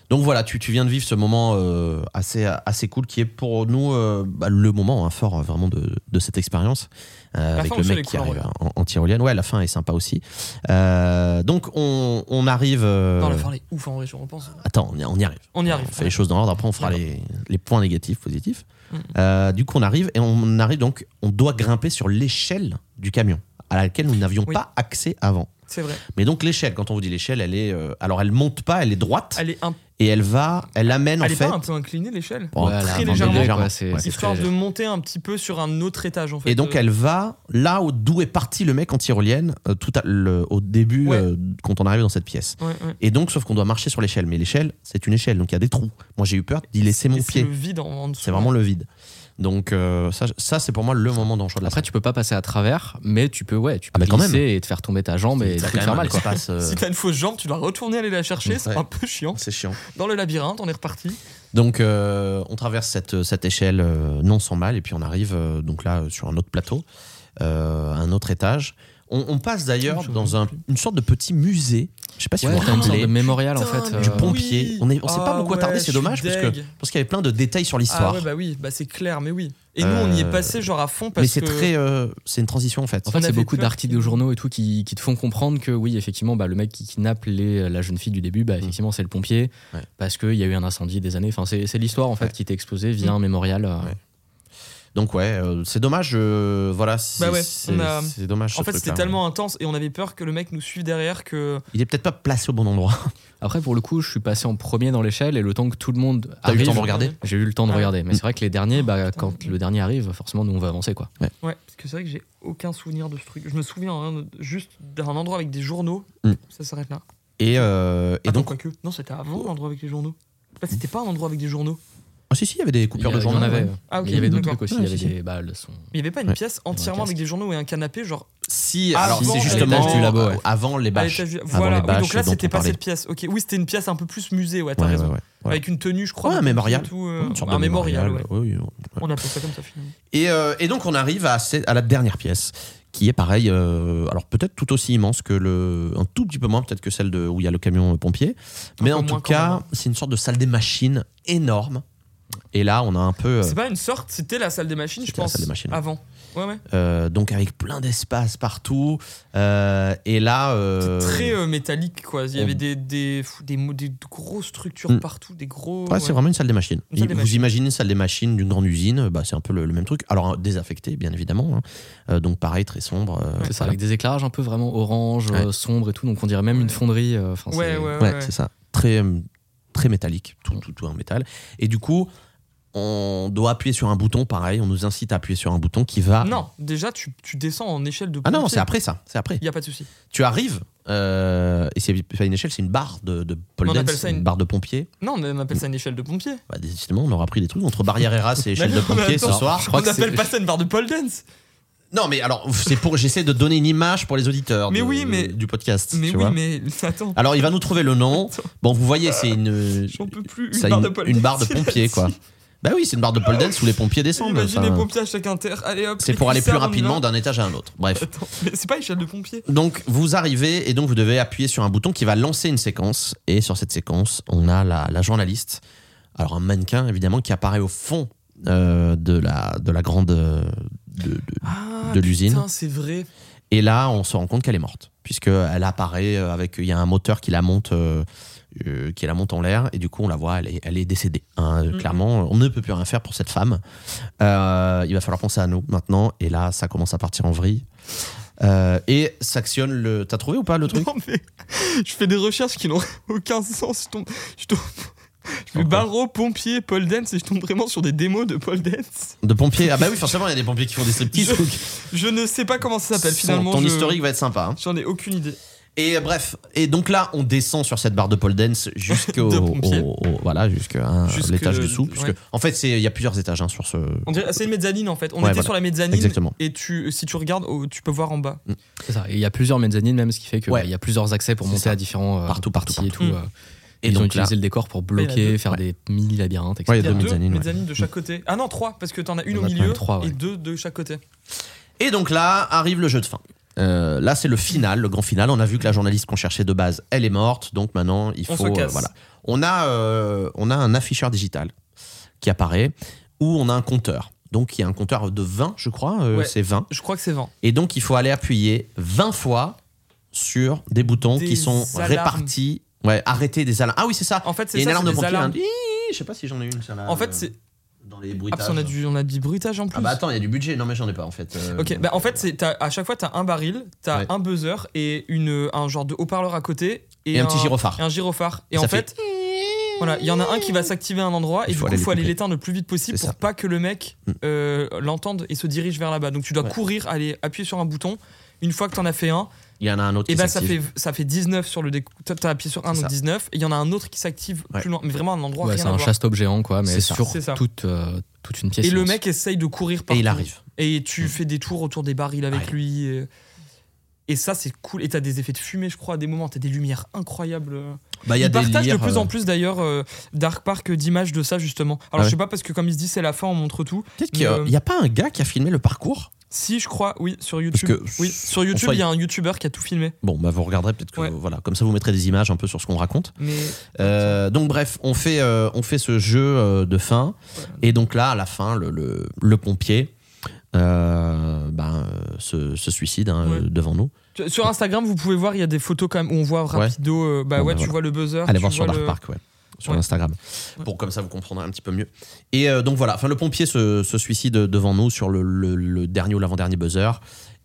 A: Donc voilà, tu, tu viens de vivre ce moment euh, assez, assez cool qui est pour nous euh, bah, le moment hein, fort euh, vraiment de, de cette expérience euh,
B: La
A: avec
B: fin
A: le
B: aussi, elle
A: mec
B: est
A: qui
B: cool, en
A: arrive en, en tyrolienne. Ouais, la fin est sympa aussi. Euh, donc on, on arrive. euh,
B: Non, la fin, elle est ouf en vrai, je repense.
A: Attends, on y, on y arrive.
B: On y arrive.
A: On fait les choses dans l'ordre, après on fera les, les points négatifs, positifs.
B: Mm.
A: Euh, du coup, on arrive et on arrive donc, on doit grimper sur l'échelle du camion à laquelle nous n'avions
B: Oui.
A: pas accès avant.
B: C'est vrai.
A: Mais donc l'échelle, quand on vous dit l'échelle, elle est. euh, alors elle monte pas, elle est droite
B: Elle est, un,
A: et elle va, elle amène en
B: elle est
A: fait.
B: pas un peu inclinée l'échelle
A: bon,
C: Voilà,
B: très
C: dans le
B: légèrement,
C: milieu,
A: légèrement,
C: quoi, c'est-
A: ouais.
C: c'est très
B: Histoire de
C: léger.
B: monter un petit peu sur un autre étage en fait.
A: Et donc
B: Euh,
A: elle va là où- d'où est partie le mec en tyrolienne euh, tout à- le- au début
B: Ouais.
A: euh, quand on arrive dans cette pièce.
B: ouais, ouais.
A: Et donc sauf qu'on doit marcher sur l'échelle, mais l'échelle c'est une échelle donc il y a des trous. Moi j'ai eu peur d'y laisser mon
B: Et
A: pied.
B: C'est le vide en, en dessous.
A: C'est vraiment le vide. Donc euh, ça, ça c'est pour moi le moment d'enjeu de la
C: Après, tu peux pas passer à travers, mais tu peux, ouais, tu
A: Ah,
C: peux
A: mais quand
C: glisser et te faire tomber ta jambe et te faire mal, quoi.
B: Si t'as une fausse jambe, tu dois retourner aller la chercher, euh, c'est
A: euh, Ouais.
B: un peu chiant.
A: C'est chiant.
B: Dans le labyrinthe, on est reparti.
A: Donc euh, on traverse cette, cette échelle euh, non sans mal et puis on arrive euh, donc là euh, sur un autre plateau, euh, un autre étage. On, on passe d'ailleurs
B: Je me
A: dans un-
B: souviens
A: une sorte de petit musée. Je sais pas si
C: Ouais,
A: vous
C: t'as une
A: vous
C: sorte
A: rappelez.
C: de mémorial, en fait.
B: Putain,
A: du
B: Euh,
C: pont
A: pompier.
B: oui.
A: On est- on s'est pas
B: Ah
A: beaucoup attardé,
B: ouais,
A: c'est
B: je suis
A: dommage parce que
B: deg.
A: parce qu'il y avait plein de détails sur l'histoire.
B: Ah ouais, bah oui, bah c'est clair, mais oui. Et nous, on y
A: Euh,
B: est passé genre à fond parce
A: Mais c'est
B: que.
A: très, euh, c'est une transition en fait.
C: En
B: On
C: fait, c'est
B: avait
C: beaucoup
B: peur
C: d'articles
B: qu'il-
C: de journaux et tout qui, qui te font comprendre que, oui, effectivement, bah, le mec qui kidnappe les- la jeune fille du début, bah, effectivement, c'est le pompier,
A: Mm. Ouais.
C: parce qu'il y a eu un incendie des années. Enfin, c'est c'est l'histoire, en fait,
A: Ouais. Mm.
C: qui t'est exposée via un mémorial. euh,
A: Ouais. Donc ouais, euh, c'est dommage. euh, voilà, c'est
B: Bah ouais,
A: c'est-
B: on a-
A: c'est dommage.
B: En
A: ce
B: fait, c'était
A: truc-là.
B: tellement intense et on avait peur que le mec nous suive derrière que.
A: Il est peut-être pas placé au bon endroit.
C: Après, pour le coup, je suis passé en premier dans l'échelle et le temps que tout le monde
A: T'as eu le
C: arrive,
A: temps de regarder
C: j'ai eu le temps de
B: Ah ouais.
C: regarder. Mais c'est vrai que les derniers, bah,
B: putain.
C: quand le dernier arrive, forcément, nous, on va avancer, quoi.
B: Ouais, parce que c'est vrai que j'ai aucun souvenir de ce truc. Je me souviens hein, de- juste d'un endroit avec des journaux.
A: Mm.
B: Ça s'arrête là. Ah,
A: Et, euh, et donc,
B: quoique. Non, c'était avant l'endroit avec les journaux. Là, c'était pas un endroit avec des journaux.
A: Ah, si si, il y avait des coupures
C: Il y a-
A: de
C: il y en
A: journaux.
C: avait,
A: ouais.
C: euh,
B: Ah, ok,
C: mais il y avait d'autres
B: d'accord.
C: trucs aussi.
A: Ouais,
C: il y avait
A: si, si.
C: des bah, le son-
B: Mais il n'y avait pas une
A: Ouais.
B: pièce
C: un
B: entièrement avec des journaux et un canapé, genre
A: Si,
B: Ah,
A: alors
B: avant,
A: c'est
B: à
A: justement euh,
B: l'étage du
C: labo, ouais.
A: avant les
B: à
A: bâches.
B: l'étage du-
A: Avant
B: Voilà,
A: les
B: oui,
A: bâches
B: donc là,
A: dont
B: c'était
A: on
B: pas
A: parlait.
B: cette pièce. Ok, oui, c'était une pièce un peu plus musée, ouais, t'as
A: Ouais, ouais,
B: raison.
A: ouais, voilà.
B: Avec une tenue, je crois.
A: Ouais, un
B: beaucoup plus
A: mémorial.
B: et tout, euh,
A: Une sorte
B: un
A: de
B: mémorial, ouais.
A: oui, oui, oui.
B: On appelle ça comme ça finalement.
A: Et, euh, et donc on arrive à, cette- à la dernière pièce, qui est pareil, euh, alors peut-être tout aussi immense que le, un tout petit peu moins peut-être que celle de, où il y a le camion euh, pompier,
B: Un
A: mais
B: peu
A: en tout
B: moins quand même,
A: cas
B: hein.
A: c'est une sorte de salle des machines énorme. Et là on a un peu, euh,
B: C'est pas une sorte, c'était la salle des machines, je
A: C'était la
B: pense.
A: salle des machines.
B: Avant. Ouais, ouais.
A: euh, donc avec plein d'espace partout, euh, et là euh,
B: C'était très euh, métallique, quoi. Il y
A: on-
B: avait des, des, fou- des, mo- des grosses structures
A: Mm.
B: partout, des gros.
A: ouais, c'est vraiment une salle des machines.
B: Une salle des
A: vous
B: machines.
A: imaginez une salle des machines d'une grande usine, bah, c'est un peu le, le même truc. Alors euh, désaffecté bien évidemment, hein. Euh, donc pareil très sombre. euh,
C: C'est ça,
A: voilà.
C: avec des éclairages un peu vraiment orange,
A: Ouais.
C: euh, sombre et tout. Donc on dirait même une fonderie. euh, enfin,
B: Ouais,
C: c'est-
B: ouais, ouais.
A: Ouais,
B: ouais.
A: c'est ça. Très, euh, très métallique, tout, tout, tout en métal. Et du coup, on doit appuyer sur un bouton, pareil, on nous incite à appuyer sur un bouton qui va...
B: Non, déjà, tu, tu descends en échelle de.
A: Ah non,
B: pompier.
A: c'est après ça, c'est après.
B: Il n'y a pas de souci.
A: Tu arrives, euh, et c'est pas une échelle, c'est une barre de, de pole
B: Mais on
A: dance,
B: appelle ça
A: une...
B: une-
A: barre de pompier.
B: Non, on appelle ça une échelle de pompier.
A: Bah, décidément, on aura pris des trucs entre barrière et race et échelle de
B: Mais
A: pompier ce
B: attends,
A: soir.
C: crois
B: on
C: que
B: n'appelle
C: c'est-
B: pas ça une barre de pole dance.
A: Non, mais alors, c'est pour... J'essaie de donner une image pour les auditeurs
B: Mais
A: de-
B: oui, mais-
A: du podcast,
B: Mais
A: tu
B: oui,
A: vois.
B: mais attends,
A: Alors, il va nous trouver le nom.
B: Attends.
A: Bon, vous voyez, c'est une...
B: j'en peux plus. Une
A: ça a
B: barre de pole
A: une
B: dance,
A: barre de
B: il a
A: pompier,
B: dit.
A: quoi. Bah oui, c'est une barre de pole dance où les pompiers descendent.
B: Imagine les
A: enfin.
B: pompiers à chaque inter. Allez hop.
A: C'est
B: les
A: pour aller plus
B: cuissards, on y
A: rapidement
B: va.
A: d'un étage à un autre. Bref.
B: Attends, mais c'est pas échelle de pompier.
A: Donc vous arrivez et donc vous devez appuyer sur un bouton qui va lancer une séquence. Et sur cette séquence, on a la, la journaliste, alors un mannequin évidemment, qui apparaît au fond euh, de, la, de la grande... euh, de- de-
B: Ah,
A: De l'usine.
B: Putain, c'est vrai.
A: Et là, on se rend compte qu'elle est morte, puisqu'elle apparaît euh, avec... Il y a un moteur qui la monte... euh, euh, qui la monte en l'air et du coup on la voit elle est, elle est décédée hein.
B: Mhm.
A: clairement on ne peut plus rien faire pour cette femme Euh, il va falloir penser à nous maintenant et là ça commence à partir en vrille Euh, et s'actionne le t'as trouvé ou pas le truc
B: Non, mais je fais des recherches qui n'ont aucun sens. Je tombe. Je tombe. Je fais
A: Pourquoi
B: barreau, pompier, pole dance et je tombe vraiment sur des démos de pole dance.
A: de pompiers ah bah oui forcément il y a des pompiers qui font des striptease
B: Je-
A: donc
B: Je ne sais pas comment ça s'appelle
A: son-
B: finalement.
A: ton
B: je-
A: historique va être sympa hein.
B: J'en ai aucune idée.
A: et euh, bref et donc là on descend sur cette barre de pole dance jusqu'au
B: De pompiers.
A: au- au- voilà jusqu'à hein,
B: Jusque-
A: l'étage dessous puisque
B: ouais.
A: en fait c'est il y a plusieurs étages hein, sur ce
B: On dirait- C'est une mezzanine en fait. On
A: Ouais,
B: était
A: voilà.
B: sur la mezzanine.
A: Exactement.
B: Et tu, si tu regardes, oh, tu peux voir en bas.
C: C'est ça. Et il y a plusieurs mezzanines même, ce qui fait que
A: Ouais.
C: bah, il y a plusieurs accès pour
A: C'est
C: monter
A: ça.
C: à différents euh,
A: Partout, partout,
C: parties
B: partout.
C: et tout.
B: Mm.
C: euh.
A: Et
C: ils ont
A: donc là-
C: utilisé le décor
B: Il y
C: pour
B: en a
C: bloquer,
B: deux.
C: faire des mini labyrinthes,
A: Ouais, il
C: etc.
A: y
B: Il y a
A: Deux
B: deux
A: mezzanines,
B: mezzanines,
A: ouais.
B: de chaque côté. Ah non, trois, parce que t'en as une
C: On
B: au
C: a quand
B: milieu
C: même trois, ouais.
B: et deux de chaque côté.
A: Et donc là arrive le jeu de fin. Euh, là, c'est le final, le grand final. On a vu que la journaliste qu'on cherchait de base, elle est morte. Donc maintenant, il
B: On
A: faut. euh,
B: se casse.
A: voilà. On a, euh, on a un afficheur digital qui apparaît où on a un compteur. Donc il y a un compteur de 20, je crois. euh,
B: Ouais.
A: C'est 20.
B: Je crois que c'est 20.
A: Et donc il faut aller appuyer 20 fois sur des boutons
B: Des
A: qui sont
B: alarmes.
A: répartis. Ouais, arrêter des alarmes. Ah oui, c'est ça.
B: En fait,
A: Il y a
B: c'est
A: une
B: ça,
A: alarme de
B: c'est des
A: pompier. hein.
B: alarmes.
A: un- Hi, Je sais pas si j'en ai une. celle-là. euh,
B: En fait, c'est
A: dans les
B: Ah,
A: bruitages.
B: parce qu'on a du, on a du bruitage en plus.
A: Ah bah attends, il y a du budget. Non mais j'en ai pas en fait. euh,
B: Ok, bah en fait, c'est, t'as- à chaque fois, t'as un baril, t'as
A: Ouais.
B: un buzzer et une, euh, un genre de haut-parleur à côté. Et,
A: Et un petit gyrophare.
B: Et un gyrophare. Et
A: Ça
B: en
A: fait-
B: fait, voilà, il y en a un qui va s'activer à un endroit et
A: Il
B: du
A: faut
B: coup,
A: aller
B: il faut aller
A: l'écouter.
B: l'éteindre le plus vite possible
A: C'est
B: pour
A: ça. Mm.
B: pas que le mec euh, l'entende et se dirige vers là-bas. Donc tu dois
A: Ouais.
B: courir, aller appuyer sur un bouton. Une fois que t'en as fait un,
A: Il y en a un autre
B: et
A: qui
B: bah ça
A: s'active.
B: fait, ça fait 19 sur le déco. T'as t'as appuyé sur un
A: C'est
B: donc
A: ça.
B: 19. Et il y en a un autre qui s'active
A: Ouais.
B: plus loin. Mais vraiment, à un endroit,
C: Ouais,
B: rien
C: c'est
B: à
C: un
B: voir.
C: chasse-top géant, quoi, mais
A: C'est ça.
C: sur
B: C'est ça.
C: toute, euh, toute une pièce.
B: Et le
C: immense.
B: mec essaye de courir
A: Et
B: partout.
A: il arrive.
B: Et tu fais des tours autour des barils avec
A: Mm. Ouais.
B: lui. euh, Et ça, c'est cool. Et t'as des effets de fumée, je crois, à des moments. T'as des lumières incroyables.
A: Bah il y a
B: ils
A: des
B: partagent
A: lires,
B: de plus
A: euh,
B: en plus, d'ailleurs, euh, Dark Park euh, d'images de ça, justement. Alors,
A: Ah ouais.
B: je sais pas, parce que comme ils se disent, c'est la fin, on montre tout.
A: Peut-être qu'il y a-
B: Mais, euh,
A: il y a pas un gars qui a filmé le parcours.
B: Si, je crois, oui, sur YouTube.
A: que-
B: oui, sur
A: on
B: YouTube,
A: soit-
B: il y a un YouTuber qui a tout filmé.
A: Bon bah vous regarderez peut-être que
B: Ouais.
A: voilà comme ça vous mettrez des images un peu sur ce qu'on raconte.
B: Mais
A: Euh, donc bref on fait euh, on fait ce jeu euh, de fin et donc là à la fin le le, le pompier euh, ben, euh, se, se suicide hein,
B: Ouais.
A: euh, devant nous.
B: Tu- Sur Instagram, vous pouvez voir, il y a des photos quand même où on voit rapido. euh, bah
A: Bon,
B: ouais,
A: bah
B: tu
A: voilà.
B: vois le buzzer.
A: Allez
B: tu
A: voir sur
B: vois
A: Dark
B: le-
A: Park, ouais. Sur
B: Ouais.
A: Instagram.
B: Ouais.
A: Pour comme ça, vous comprendrez un petit peu mieux. Et euh, donc voilà, enfin, le pompier se, se suicide euh, devant nous sur le, le- le dernier ou l'avant-dernier buzzer.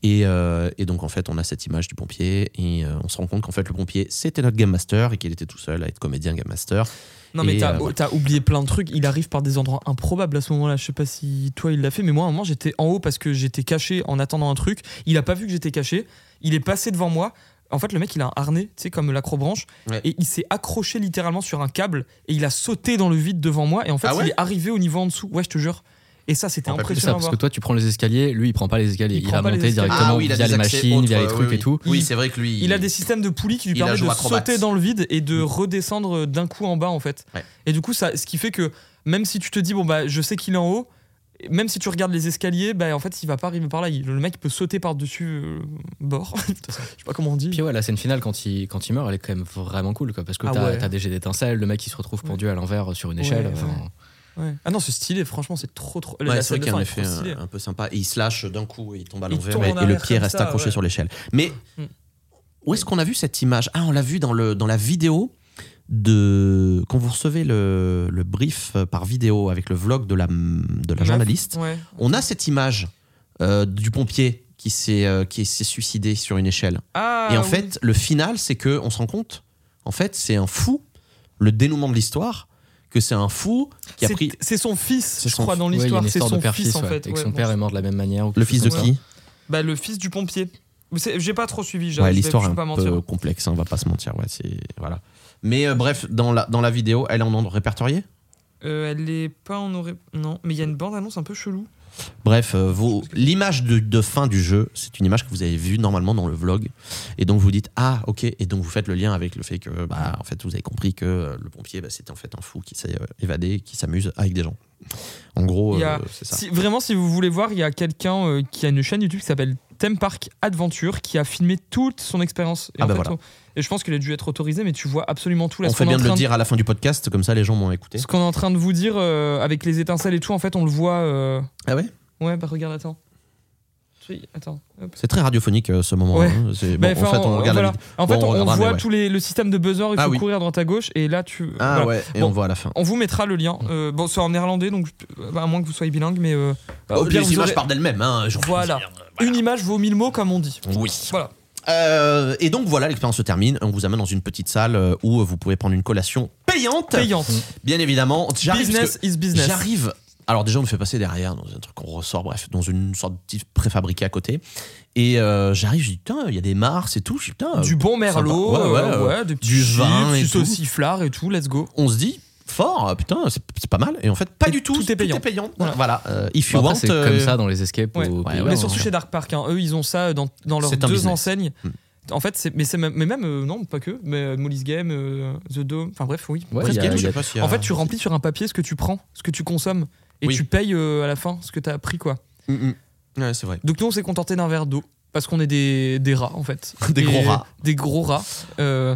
A: Et, euh, et donc en fait, on a cette image du pompier et euh, on se rend compte qu'en fait, le pompier, c'était notre Game Master et qu'il était tout seul à être comédien Game Master.
B: Non, mais
A: Et,
B: t'as
A: euh, voilà.
B: t'as oublié plein de trucs. Il arrive par des endroits improbables à ce moment-là. Je sais pas si toi il l'a fait, mais moi à un moment j'étais en haut parce que j'étais caché en attendant un truc. Il a pas vu que j'étais caché. Il est passé devant moi. En fait, le mec il a un harnais, tu sais, comme l'acrobranche.
A: Ouais.
B: Et il s'est accroché littéralement sur un câble et il a sauté dans le vide devant moi. Et en fait,
A: Ah ouais
B: il est arrivé au niveau en dessous. Ouais, je te jure. Et ça, c'était
A: Ah, pas plus
C: C'est
B: impressionnant
C: ça,
B: à
C: parce
B: voir.
C: que toi, tu prends les escaliers, lui, il prend pas les escaliers.
B: Il
C: Il,
B: prend
C: va
B: pas les
C: monter
B: escaliers.
C: directement
B: Ah oui,
C: via les machines, via les trucs et tout.
A: Oui,
B: Il-
A: c'est vrai que lui.
B: Il a des systèmes de poulies qui lui
A: il a
B: permettent
A: joué
B: de
A: acrobate. Mm.
B: sauter dans le vide et de redescendre euh, d'un coup en bas en fait.
A: Ouais.
B: Et du coup, ça, ce qui fait que même si tu te dis bon bah je sais qu'il est en haut, même si tu regardes les escaliers, bah en fait il va pas arriver par là. Il- le mec peut sauter par dessus bord. je sais pas comment on dit.
C: Puis ouais, la scène finale, quand il, quand il meurt, elle est quand même vraiment cool, quoi, parce que
B: Ah
C: t'as
B: ouais.
C: t'as des jets d'étincelles, le mec qui se retrouve
B: Ouais.
C: pendu à l'envers euh, sur une
B: Ouais,
C: échelle.
B: ouais.
C: enfin,
B: Ouais. Ah non, c'est stylé. Franchement, c'est trop trop. la
A: Ouais, c'est vrai
B: scène de
A: qu'il y a
B: fin
A: un
B: est
A: effet euh,
B: trop stylée.
A: un, un peu sympa. Et il se lâche d'un coup, et il tombe à
B: Il
A: l'envers
B: tombe
A: et,
B: en
A: et le
B: arrière
A: pied
B: comme
A: reste
B: ça,
A: accroché
B: ouais.
A: sur l'échelle. Mais
B: Mm.
A: où est-ce qu'on a vu cette image Ah, on l'a vu dans, le, dans la vidéo de. Quand vous recevez le, le brief par vidéo avec le vlog de la, de la
B: Meuf.
A: journaliste,
B: Ouais.
A: on a cette image euh, du pompier qui s'est euh, qui s'est suicidé sur une échelle.
B: Ah,
A: et en
B: oui.
A: fait, le final, c'est que on se rend compte, en fait, c'est un fou, le dénouement de l'histoire, que c'est un fou qui a
B: C'est-
A: pris.
B: c'est son fils,
A: C'est
B: je
A: son
B: crois,
A: fi-
B: dans
C: ouais, il y a
B: l'histoire.
C: une
B: c'est
C: histoire
B: son
C: de père-fils,
B: fils en
C: ouais,
B: fait.
C: et que
B: Ouais,
C: son
B: bon,
C: père est mort de la même manière. ou
A: Le
C: quelque
A: fils de
C: chose comme ça.
A: qui
B: Bah, le fils du pompier. C'est- J'ai pas trop suivi.
A: Ouais,
B: j'avoue, je vais-
A: l'histoire
B: je
A: est
B: vais
A: un
B: pas
A: peu
B: mentir.
A: complexe, hein, on va pas se mentir. Ouais, c'est voilà. Mais euh, bref, dans la dans la vidéo, elle est en nombre répertorié.
B: Euh, elle est pas en aurait. Non, mais il y a une bande-annonce un peu chelou.
A: Bref, euh, vous- l'image de, de fin du jeu, c'est une image que vous avez vue normalement dans le vlog. Et donc vous dites ah ok et donc vous faites le lien avec le fait que bah en fait vous avez compris que euh, le pompier bah, c'était en fait un fou qui s'est euh, évadé et qui s'amuse avec des gens. En gros,
B: Il y a-
A: euh, c'est ça.
B: Si, vraiment, si vous voulez voir, il y a quelqu'un euh, qui a une chaîne YouTube qui s'appelle Theme Park Adventure qui a filmé toute son expérience. Et
A: Ah
B: en
A: bah
B: fait,
A: voilà.
B: on- Et je pense qu'elle a dû être autorisée, mais tu vois absolument tout. Là,
A: On
B: ce
A: fait
B: qu'on est
A: bien
B: en
A: de le
B: train
A: dire à la fin du podcast, comme ça les gens m'ont écouté.
B: Ce qu'on est en train de vous dire euh, avec les étincelles et tout, en fait, on le voit. euh,
A: Ah ouais,
B: Ouais, bah regarde, attends. Oui, attends. hop.
A: c'est très radiophonique euh, ce moment.
B: Ouais.
A: hein. C'est-
B: Bah,
A: bon, en
B: enfin,
A: fait, on, regarde. la
B: voilà.
A: vidéo.
B: En
A: Bon,
B: fait,
A: on
B: on,
A: regardera,
B: voit
A: mais ouais.
B: tout les- le système de buzzer, il
A: Ah
B: faut
A: oui.
B: courir à droite à gauche, et là tu.
A: Ah
B: voilà.
A: ouais, et
B: Bon.
A: on voit à la fin.
B: On vous mettra le lien. Euh, bon, c'est en néerlandais, donc euh, à moins que vous soyez bilingue, mais euh, au pire,
A: Bah, les
B: vous
A: images
B: aurez-
A: partent d'elles-mêmes. Hein, j'en fais
B: Voilà.
A: plaisir.
B: une image vaut mille mots, comme on dit.
A: Oui.
B: Voilà.
A: Euh, et donc voilà, l'expérience se termine. On vous amène dans une petite salle euh, où vous pouvez prendre une collation payante.
B: Payante.
A: Bien évidemment. Mm. J'arrive.
B: Business
A: parce
B: is
A: que
B: business.
A: J'arrive. Alors déjà, on me fait passer derrière dans un truc qu'on ressort, bref, dans une sorte de petit préfabriqué à côté. Et euh, j'arrive, je dis putain, il y a des mars et tout. Je dis putain. euh,
B: Du bon merlot,
A: Sympa. Ouais, ouais,
B: euh,
A: ouais.
B: ouais, des petits
A: Du vin
B: chips,
A: et
B: du
A: tout.
B: sauciflard et tout, let's go.
A: On se dit fort, euh, putain, c'est c'est pas mal. Et en fait, pas
B: Et
A: du tout.
B: tout est payant.
A: Voilà.
B: Voilà.
A: euh, if you
C: Bon, après,
A: want,
C: c'est
A: euh,
C: comme ça dans les escapes.
B: Ouais.
C: aux
A: Ouais,
C: Pays-Bas,
A: ouais,
B: Mais
C: hein.
B: surtout chez Dark Park, hein, eux ils ont ça dans, dans leurs
A: C'est un
B: deux
A: business.
B: enseignes.
A: Hmm.
B: En fait, c'est- mais, c'est même- mais même, euh, non, pas que, mais euh, Molly's Game, euh, The Dome, enfin bref, oui.
C: Ouais,
B: presque
C: il y a-
B: tout.
C: il y a-
A: pas s'il y a-
B: En fait, tu remplis sur un papier ce que tu prends, ce que tu consommes, et
A: euh, Oui.
B: tu payes euh, à la fin ce que tu as pris, quoi.
A: Mm, mm. Ouais, c'est vrai.
B: Donc nous on s'est contenté d'un verre d'eau parce qu'on est des, des rats en fait.
A: Des
B: Et-
A: gros rats.
B: Des gros rats. Euh,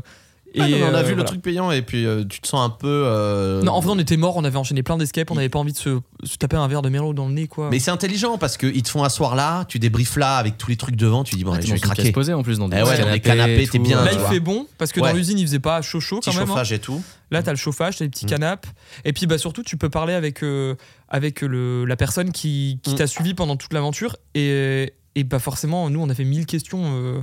A: Ouais, Ah, non, mais on a
B: euh,
A: vu le
B: voilà.
A: truc payant et puis euh, tu te sens un peu. euh,
B: Non, en fait, on était morts, on avait enchaîné plein d'escapes, on n'avait pas envie de se, se taper un verre de Merlot dans le nez, quoi.
A: Mais c'est intelligent parce qu'ils te font asseoir là, tu débriefes là avec tous les trucs devant, tu dis bon,
C: Ah,
A: allez,
C: t'es
A: je
C: dans
A: vais
C: une case
A: craquer.
C: posée en plus dans des
A: Eh ouais, dans des canapés,
C: et
A: t'es
C: tout,
A: bien,
C: euh,
B: Là,
A: tu
B: il
A: vois.
B: fait bon parce que
A: Ouais.
B: dans l'usine, il faisait pas chaud chaud
A: Petit
B: quand même. hein.
A: chauffage et tout.
B: Là, t'as le chauffage, t'as les petits
A: Mm.
B: canapes. Et puis, bah, surtout, tu peux parler avec, euh, avec le, la personne qui, qui
A: Mm.
B: t'a suivi pendant toute l'aventure. Et, et bah, forcément, nous, on a fait 1000 questions. euh,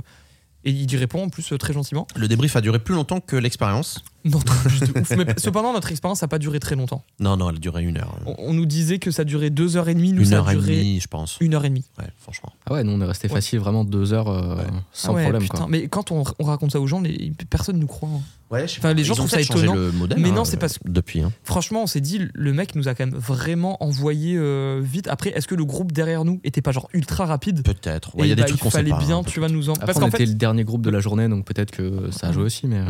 B: et il y répond en plus euh, très gentiment.
A: Le débrief a duré plus longtemps que l'expérience.
B: Notre, juste de ouf. Mais cependant, notre expérience n'a pas duré très longtemps.
A: Non, non, elle a duré une heure.
B: On, on nous disait que ça durait deux heures et demie. Oh, Nous,
A: une
B: ça
A: heure
B: a
A: et
B: duré
A: demie, je pense.
B: une heure et demie.
A: Ouais, franchement.
C: Ah ouais, nous on est resté
B: Ouais.
C: facile vraiment deux heures euh,
A: Ouais.
C: sans
B: Ah ouais,
C: problème.
B: putain.
C: Quoi.
B: Mais quand on, on raconte ça aux gens, les, personne nous croit. hein.
A: Ouais, je sais
B: Enfin,
A: pas.
B: les gens
A: Ils ont
B: trouvent ça
A: peut-être changé
B: étonnant.
A: le modèle,
B: Mais
A: hein,
B: non, c'est
A: euh,
B: parce que-
A: Depuis. hein.
B: Franchement, on s'est dit, le mec nous a quand même vraiment envoyé euh, vite. Après, est-ce que le groupe derrière nous était pas genre ultra rapide
A: Peut-être. Ouais, Il y
B: Et
A: a des
B: bah,
A: trucs qu'on
B: il
A: sait
B: fallait
A: pas.
B: bien,
A: hein.
B: tu vas nous en.
C: Après,
B: Parce
C: on
B: qu'en
C: était
B: fait,
C: le dernier groupe de la journée, donc peut-être que ça a joué aussi. Mais euh,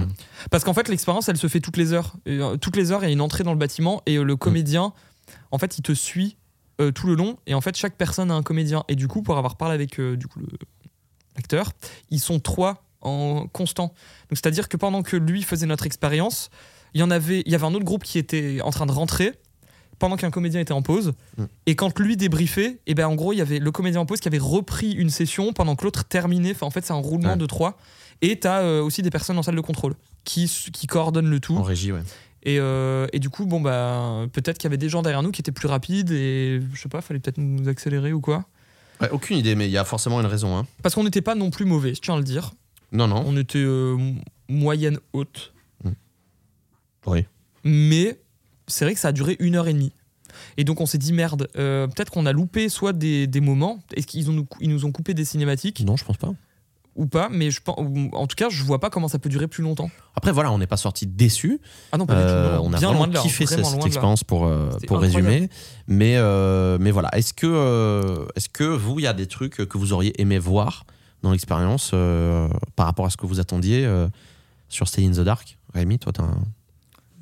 B: parce qu'en fait, l'expérience, elle se fait toutes les heures. Et, euh, toutes les heures, il y a une entrée dans le bâtiment et euh,
A: Mm.
B: le comédien, en fait, il te suit euh, tout le long. Et en fait, chaque personne a un comédien. Et du coup, pour avoir parlé avec euh, du coup le- l'acteur, ils sont trois en constant. Donc, c'est-à-dire que pendant que lui faisait notre expérience, il y en avait, il y avait un autre groupe qui était en train de rentrer pendant qu'un comédien était en pause.
A: Mm.
B: Et quand lui débriefait, et ben en gros, il y avait le comédien en pause qui avait repris une session pendant que l'autre terminait. Enfin, en fait, c'est un roulement
A: Ouais.
B: de trois. Et t'as euh, aussi des personnes en salle de contrôle qui, s- qui coordonnent le
A: En
B: tout.
A: régie, ouais.
B: Et, euh, et du coup, bon, bah, peut-être qu'il y avait des gens derrière nous qui étaient plus rapides et je sais pas, fallait peut-être nous accélérer ou quoi.
A: Ouais, Aucune idée, mais il y a forcément une raison. hein.
B: Parce qu'on n'était pas non plus mauvais, je tiens à le dire.
A: Non, non.
B: On était euh, m- moyenne haute.
A: Mm. Oui.
B: Mais c'est vrai que ça a duré une heure et demie. Et donc on s'est dit merde, euh, peut-être qu'on a loupé soit des, des moments, est-ce qu'ils ont nous, ils nous ont coupé des cinématiques
A: Non, je pense pas.
B: ou pas, mais je pense, ou- en tout cas je vois pas comment ça peut durer plus longtemps.
A: Après, voilà, on n'est pas sorti déçus.
B: Ah non, pas du tout.
A: Euh,
B: non,
A: on a
B: bien
A: vraiment
B: loin de là,
A: kiffé cette
B: vraiment loin de là.
A: expérience pour, euh,
B: C'était
A: pour
B: incroyable.
A: résumer. Mais, euh, mais voilà, est-ce que, euh, est-ce que vous, il y a des trucs que vous auriez aimé voir dans l'expérience euh, par rapport à ce que vous attendiez euh, sur Stay in the Dark Rémi, toi, t'as un-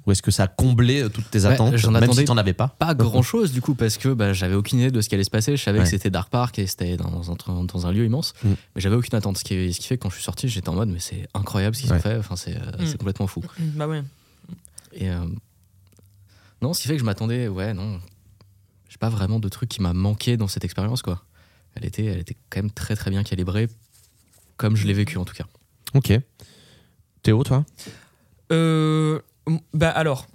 A: Ou est-ce que ça a comblé euh, toutes tes
C: Ouais,
A: attentes,
C: j'en
A: même
C: attendais-
A: si t'en avais pas
C: pas grand chose du coup, parce que bah, j'avais aucune idée de ce qui allait se passer. Je savais
A: Ouais.
C: que c'était Dark Park et c'était dans, un- dans un lieu immense,
A: Mm.
C: mais j'avais aucune attente. Ce qui, ce qui fait que quand je suis sorti, j'étais en mode, mais c'est incroyable ce qu'ils
A: Ouais.
C: ont fait, enfin, c'est euh,
B: Mm.
C: c'est complètement fou.
B: Bah ouais.
C: Et euh, non, ce qui fait que je m'attendais, ouais, non, j'ai pas vraiment de truc qui m'a manqué dans cette expérience, quoi. Elle était, elle était quand même très très bien calibrée, comme je l'ai vécu en tout cas.
A: Ok. Théo, toi
B: Euh, m- bah alors,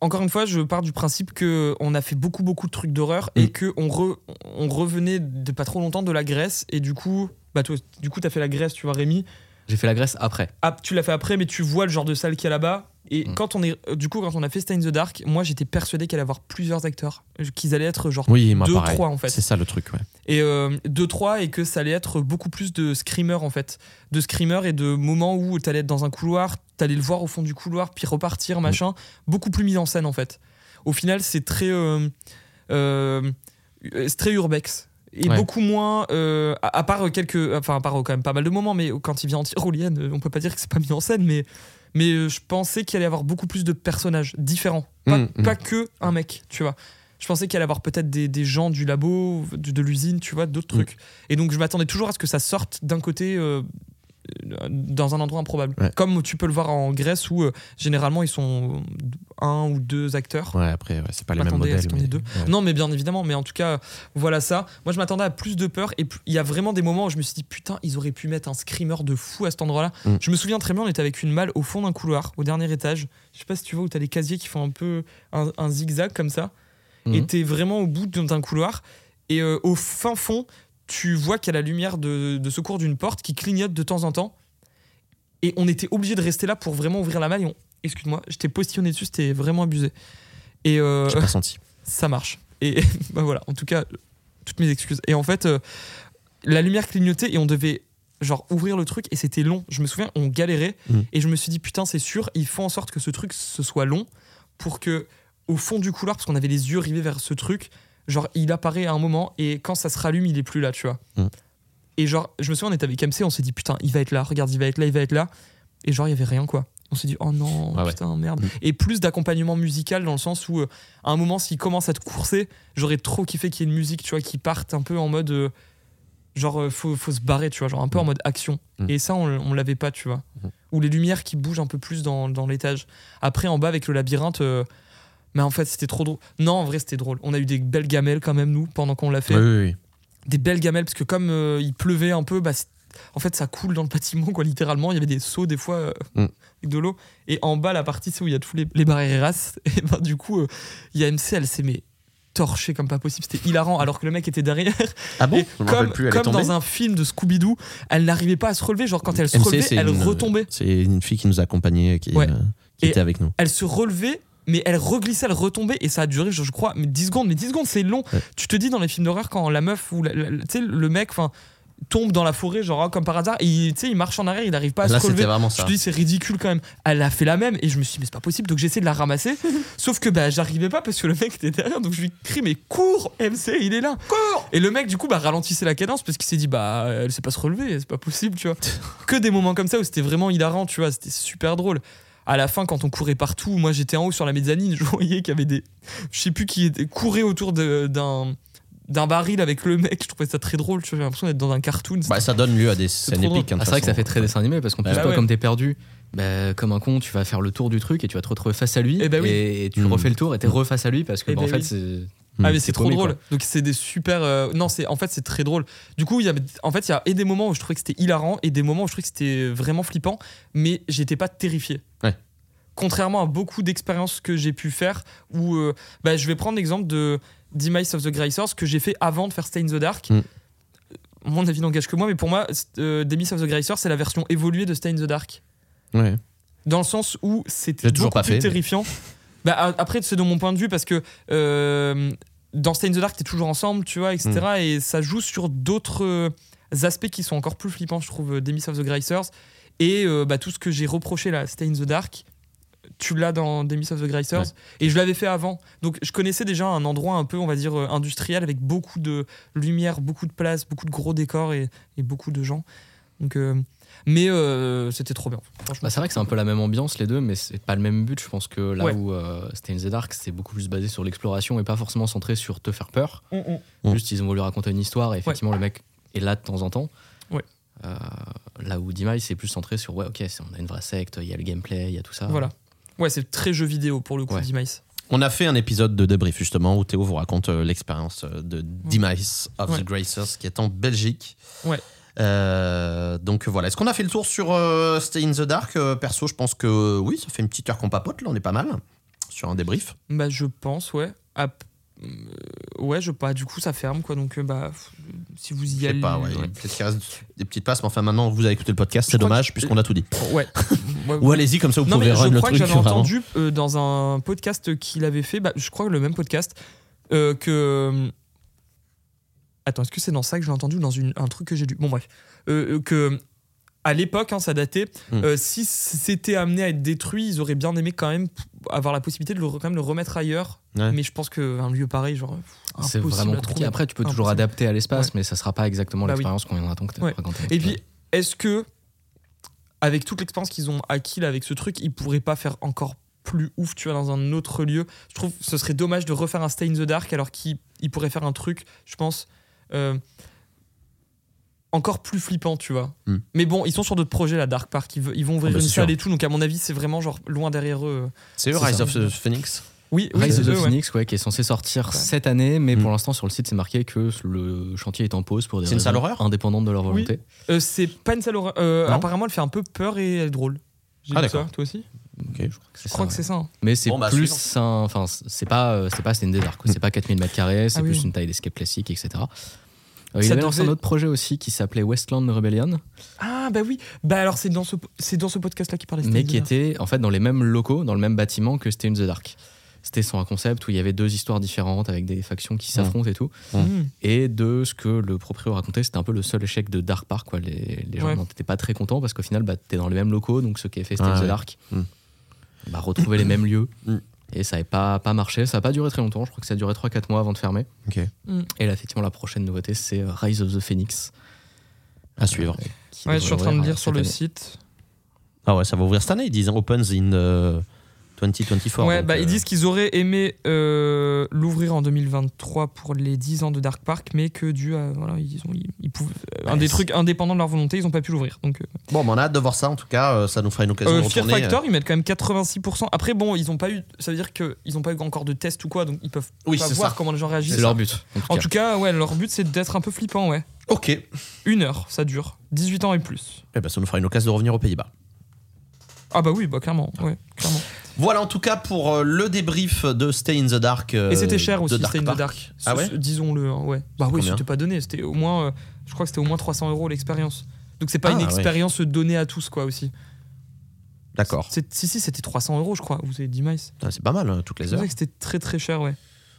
B: encore une fois, je pars du principe que on a fait beaucoup beaucoup de trucs d'horreur
A: Mm.
B: et que on, re- on revenait de pas trop longtemps de la Grèce et du coup, bah toi, du coup, t'as fait la Grèce, tu vois, Rémi.
C: J'ai fait la Grèce après.
B: Ah, tu l'as fait après, mais tu vois le genre de salle qu'il y a là-bas. Et
C: Mm.
B: quand on est, euh, du coup, quand on a fait Stay in the Dark, moi, j'étais persuadé qu'elle allait avoir plusieurs acteurs, euh, qu'ils allaient être genre
A: Oui, moi
B: deux,
A: pareil.
B: trois, en fait.
A: C'est ça le truc, ouais.
B: et euh, 2-3 et que ça allait être beaucoup plus de screamers en fait. De screamers et de moments où t'allais être dans un couloir, t'allais le voir au fond du couloir, puis
A: Mm.
B: repartir, machin. Beaucoup plus mis en scène en fait. Au final, c'est très, euh, euh, c'est très urbex. Et
A: Ouais.
B: beaucoup moins, euh, à, à part quelques, enfin à part euh, quand même pas mal de moments, mais quand il vient en tyrolienne, euh, on peut pas dire que c'est pas mis en scène, mais, mais euh, je pensais qu'il allait y avoir beaucoup plus de personnages différents, pas,
A: Mm, mm.
B: pas que un mec, tu vois. Je pensais qu'il allait y avoir peut-être des, des gens du labo, de, de l'usine, tu vois, d'autres
A: Mm.
B: trucs. Et donc, je m'attendais toujours à ce que ça sorte d'un côté, euh, euh, dans un endroit improbable.
A: Ouais.
B: Comme tu peux le voir en Grèce où, euh, généralement, ils sont un ou deux acteurs.
A: Ouais, après, ouais, c'est pas les mêmes
B: Attendez,
A: modèles.
B: est-ce qu'on est deux
A: ouais.
B: Non, mais bien évidemment, mais en tout cas, voilà ça. Moi, je m'attendais à plus de peur. Et plus- il y a vraiment des moments où je me suis dit, putain, ils auraient pu mettre un screamer de fou à cet endroit-là.
A: Mm.
B: Je me souviens très bien, on était avec une malle au fond d'un couloir, au dernier étage. Je sais pas si tu vois où t'as les casiers qui font un peu un, un zigzag comme ça.
A: Mm.
C: Mhm.
B: Et t'es vraiment au bout d'un d'un couloir. Et euh, au fin fond, tu vois qu'il y a la lumière de, de secours d'une porte qui clignote de temps en temps. Et on était obligé de rester là pour vraiment ouvrir la malle. Et on- Excuse-moi, je t'ai postillonné dessus, c'était vraiment abusé. Et euh,
A: J'ai pas senti.
B: ça marche. Et bah voilà, en tout cas, toutes mes excuses. Et en fait, euh, la lumière clignotait et on devait genre ouvrir le truc et c'était long. Je me souviens, on galérait
A: Mm.
B: et je me suis dit putain, c'est sûr, il faut en sorte que ce truc ce soit long pour que au fond du couloir parce qu'on avait les yeux rivés vers ce truc, genre il apparaît à un moment et quand ça se rallume, il est plus là, tu vois.
A: Mm.
B: Et genre, je me souviens, on était avec MC, on s'est dit putain, il va être là, regarde, il va être là, il va être là. Et genre, il y avait rien quoi. On s'est dit oh non,
A: Ah ouais.
B: putain, merde.
A: Mm.
B: Et plus d'accompagnement musical dans le sens où euh, à un moment, s'il commence à te courser, j'aurais trop kiffé qu'il y ait une musique, tu vois, qui parte un peu en mode. euh, genre, euh, faut, faut se barrer, tu vois, genre un peu en mode action.
A: Mm.
B: Et ça, on, on l'avait pas, tu vois.
A: Mm.
B: ou les lumières qui bougent un peu plus dans, dans l'étage. Après, en bas, avec le labyrinthe, euh, mais en fait, c'était trop drôle. Non, en vrai, c'était drôle. On a eu des belles gamelles quand même, nous, pendant qu'on l'a fait.
A: Oui, oui, oui.
B: Des belles gamelles, parce que comme euh, il pleuvait un peu, bah, c'est- en fait, ça coule dans le bâtiment, quoi, littéralement. Il y avait des seaux, des fois, euh,
A: Mm.
B: avec de l'eau. Et en bas, la partie, c'est où il y a tous les, les barreras. Et ben, du coup, euh, IAMC, elle s'est mais torchée comme pas possible. C'était hilarant, alors que le mec était derrière.
A: Ah bon
B: Et
A: Je me rappelle
B: comme
A: plus, elle est
B: comme
A: tombée.
B: dans un film de Scooby-Doo, elle n'arrivait pas à se relever. Genre, quand elle se
A: MC,
B: relevait,
A: c'est
B: elle
A: une- euh,
B: retombait.
A: C'est une fille qui nous accompagnait, qui,
B: Ouais.
A: euh, qui
B: Et-
A: était avec nous.
B: elle se relevait mais elle reglissait, elle retombait et ça a duré, je, je crois, mais 10 secondes. Mais 10 secondes, c'est long.
A: Ouais.
B: Tu te dis dans les films d'horreur quand la meuf ou la- la- la- tu sais, le mec enfin, tombe dans la forêt, genre ah, comme par hasard, et il, tu sais, il marche en arrière, il n'arrive pas à
A: Là,
B: se
A: c'était
B: relever.
A: vraiment
B: Je
A: ça.
B: te dis, c'est ridicule quand même. Elle a fait la même et je me suis dit, mais c'est pas possible. Donc j'essaie de la ramasser. Sauf que bah, j'arrivais pas parce que le mec était derrière. Donc je lui crie, mais cours, MC, il est là. Cours Et le mec, du coup, bah, ralentissait la cadence parce qu'il s'est dit, bah, elle sait pas se relever, c'est pas possible, tu vois. que des moments comme ça où c'était vraiment hilarant, tu vois. C'était super drôle. À la fin, quand on courait partout, moi j'étais en haut sur la mezzanine, je voyais qu'il y avait des. Je sais plus qui était. courait autour de- d'un. D'un baril avec le mec, je trouvais ça très drôle, tu vois, j'ai l'impression d'être dans un cartoon.
A: Bah, ça donne lieu à des
B: C'est
A: scènes
B: trop
A: épiques. hein, de
C: Ah, c'est vrai
A: toute
C: que ça
A: façon.
C: fait très dessin animé parce qu'en plus,
B: Bah
C: toi,
B: ouais.
C: comme t'es perdu, bah, comme un con, tu vas faire le tour du truc et tu vas te retrouver face à lui.
B: Eh ben oui.
C: et, tu
A: Mm.
C: refais le tour et t'es reface à lui parce que,
B: Eh
C: bah,
B: ben
C: en fait,
B: oui.
C: c'est.
B: Ah
A: Mm.
B: mais c'est
C: C'est
B: trop
C: paumé,
B: drôle. Donc c'est des super. euh, non c'est en fait c'est très drôle. Du coup il y avait en fait il y a et des moments où je trouvais que c'était hilarant et des moments où je trouvais que c'était vraiment flippant, mais j'étais pas terrifié.
A: Ouais.
B: Contrairement à beaucoup d'expériences que j'ai pu faire où euh, bah, je vais prendre l'exemple de Demise of the Grey Source que j'ai fait avant de faire Stay in the Dark.
A: Mm.
B: Mon avis n'engage que moi, mais pour moi, c'est- euh, Demise of the Grey Source c'est la version évoluée de Stay in the Dark
A: Ouais.
B: dans le sens où c'était
A: J'ai toujours
B: toujours
A: pas
B: plus
A: fait, mais-
B: terrifiant. Bah, a- après, c'est de mon point de vue parce que euh, dans Stay in the Dark, t'es toujours ensemble, tu vois, etc.
A: Hmm.
B: Et ça joue sur d'autres euh, aspects qui sont encore plus flippants, je trouve, euh, d'Emis of the Gracers. Et euh, bah, tout ce que j'ai reproché là, Stay in the Dark, tu l'as dans Demis of the Gracers.
A: Ouais.
B: Et je l'avais fait avant. Donc je connaissais déjà un endroit un peu, on va dire, euh, industriel avec beaucoup de lumière, beaucoup de place, beaucoup de gros décors et, et beaucoup de gens. Donc, euh, mais euh, c'était trop bien. Franchement,
C: Bah, c'est vrai que c'est un peu la même ambiance les deux, mais c'est pas le même but. Je pense que là
B: Ouais.
C: où euh, Stay in the Dark, c'est beaucoup plus basé sur l'exploration et pas forcément centré sur te faire peur.
B: on- on-
A: Mm.
C: Juste, ils ont voulu raconter une histoire et effectivement, le mec est là de temps en temps.
B: Ouais.
C: Euh, là où Dimai, c'est plus centré sur ouais, ok, c'est- on a une vraie secte, il y a le gameplay, il y a tout ça.
A: Ah.
B: Voilà. Ouais, c'est très jeu vidéo pour le coup,
C: Ouais.
B: Demise.
A: On a fait un épisode de débrief justement où Théo vous raconte euh, l'expérience euh, de Demise of
B: Mm. Ouais.
A: the Gracers qui est en Belgique.
B: Ouais.
A: Euh, donc voilà, est-ce qu'on a fait le tour sur euh, Stay in the Dark Euh, Perso, je pense que euh, oui, ça fait une petite heure qu'on papote, là on est pas mal sur un débrief.
B: Bah, je pense, ouais. Ah, p- euh, ouais, je pas. Du coup, ça ferme, quoi. Donc, euh, bah, f- si vous y
A: Je sais
B: allez.
A: pas, ouais, il y a peut-être qu'il reste des petites places, mais enfin maintenant vous avez écouté le podcast, c'est
B: crois
A: dommage puisqu'on a tout dit.
B: Ouais. Ouais,
A: Ou allez-y, comme ça vous
B: non,
A: pouvez
B: mais
A: run
B: je
A: le
B: crois
A: truc.
B: que j'avais
A: vraiment.
B: entendu euh, dans un podcast qu'il avait fait, bah, je crois que le même podcast, euh, que. Attends, est-ce que c'est dans ça que j'ai entendu ou dans une, un truc que j'ai lu Bon, bref. Euh, euh, que. À l'époque, hein, ça datait.
A: Hmm.
B: euh, si c'était amené à être détruit, ils auraient bien aimé quand même p- avoir la possibilité de le, re- quand même le remettre ailleurs.
A: Ouais.
B: Mais je pense qu'un lieu pareil, genre. pff,
C: C'est
B: impossible
C: vraiment
B: à
C: compliqué.
B: trouver.
C: Après, tu peux toujours
B: Impossible.
C: adapter à l'espace,
B: Ouais.
C: mais ça sera pas exactement
B: Bah oui.
C: l'expérience qu'on viendra donc
B: Ouais.
C: raconter.
B: Et puis, est-ce que, avec toute l'expérience qu'ils ont acquis là, avec ce truc, ils pourraient pas faire encore plus ouf, tu vois, dans un autre lieu Je trouve que ce serait dommage de refaire un Stay in the Dark alors qu'ils ils pourraient faire un truc, je pense, euh, encore plus flippant, tu vois.
A: Hmm.
B: Mais bon, ils sont sur d'autres projets, la Dark Park, ils, ve- ils vont ouvrir
A: Ah bah,
B: une
A: c'est sûr.
B: salle et tout, donc à mon avis, c'est vraiment genre loin derrière eux.
A: C'est eux,
B: C'est
A: Rise
B: ça.
A: of the Phoenix
B: Oui, oui,
C: Rise
B: c'est
C: of the
B: eux, ouais.
C: Phoenix, ouais, qui est censé sortir
B: Ouais.
C: cette année, mais
A: Mm.
C: pour l'instant sur le site c'est marqué que le chantier est en pause pour des
A: C'est une salle
C: raisons
A: horreur
C: indépendantes de leur
B: Oui.
C: volonté.
B: Euh, c'est pas une salle horreur. euh,
A: Non
B: apparemment, elle fait un peu peur et elle est drôle. J'ai
A: Ah,
B: vu
A: d'accord.
B: ça, toi aussi Je
C: ça,
B: crois que
C: ouais.
B: c'est ça. hein.
C: Mais c'est
A: Bon, bah,
C: plus un, enfin c'est pas euh, c'est pas Stand Dark, quoi. c'est pas 4000 mètres carrés, c'est
B: Ah oui,
C: plus
B: oui.
C: une taille d'escape classique, etc. Euh, il
B: Ça
C: avait lancé
B: devait-
C: un autre projet aussi qui s'appelait Westland Rebellion,
B: Ah, bah oui. Bah alors, c'est dans ce, c'est dans ce podcast-là qui parlait de Stay
C: mais
B: in
C: qui
B: the Dark.
C: était en fait dans les mêmes locaux, dans le même bâtiment que Stay in the Dark. C'était sur un concept où il y avait deux histoires différentes avec des factions qui s'affrontent et tout.
B: Hmm.
C: Et de ce que le proprio racontait, c'était un peu le seul échec de Dark Park. Quoi. Les, les gens
B: Ouais.
C: n'en étaient pas très contents parce qu'au final, bah, t'es dans les mêmes locaux, donc ce qui est fait, c'était
A: Ah
C: The
A: ouais.
C: Dark.
A: Mm.
C: Bah, retrouver les mêmes lieux.
A: Mm.
C: Et ça n'avait pas, pas marché, ça n'a pas duré très longtemps, je crois que ça a duré 3-4 mois avant de fermer.
A: Ok.
B: Mm.
C: Et là, effectivement, la prochaine nouveauté, c'est euh, Rise of the Phoenix.
A: à suivre.
C: qui
B: Ouais, je
C: devrait
B: suis en train de
C: ouvrir, euh,
B: lire sur
C: cette
B: le
C: année.
B: site.
A: Ah ouais, ça va ouvrir cette année, ils disent hein, Opens in euh, 2024.
B: ouais,
A: donc,
B: bah,
A: euh,
B: ils disent qu'ils auraient aimé euh, l'ouvrir en 2023 pour les 10 ans de Dark Park, mais que dû à. Voilà, ils ont, ils, ils pouvaient- euh, un
A: Ouais,
B: des
A: c'est-
B: trucs indépendants de leur volonté, ils n'ont pas pu l'ouvrir. Donc, euh,
A: Bon, mais on a hâte de voir ça en tout cas, euh, ça nous fera une occasion
B: Euh,
A: de
B: Fear
A: retourner.
B: Factor, ils mettent quand même 86%. Après, bon, ils ont pas eu. Ça veut dire qu'ils n'ont pas eu encore de test ou quoi, donc ils peuvent
A: Oui,
B: pas
A: c'est
B: voir
A: ça.
B: comment les gens réagissent.
C: C'est leur but. En tout
B: En
C: cas.
B: tout cas, ouais, leur but c'est d'être un peu flippant, ouais.
A: euh, Ok, eh
B: Une heure, ça dure. 18 ans et plus.
A: ben, ça nous fera une occasion de revenir aux Pays-Bas.
B: Ah bah oui, bah clairement, ouais, clairement.
A: Voilà en tout cas pour euh, le débrief de Stay in the Dark. euh,
B: Et c'était cher
A: de
B: aussi,
A: Dark
B: Stay in the
A: Park.
B: Dark.
A: Ah ouais
B: Ce- ce- Disons-le, hein, ouais. Bah oui,
A: combien
B: c'était pas donné, c'était au moins, euh, je crois que c'était au moins 300 euros l'expérience. Donc c'est pas
A: Ah,
B: une
A: ouais.
B: expérience donnée à tous, quoi, aussi.
A: D'accord.
B: C'est- Si, si, c'était 300 euros, je crois, vous avez dit mice.
A: Putain, C'est pas mal, hein, toutes
B: C'est
A: les
B: pour
A: heures.
B: ça que c'était très très cher, ouais.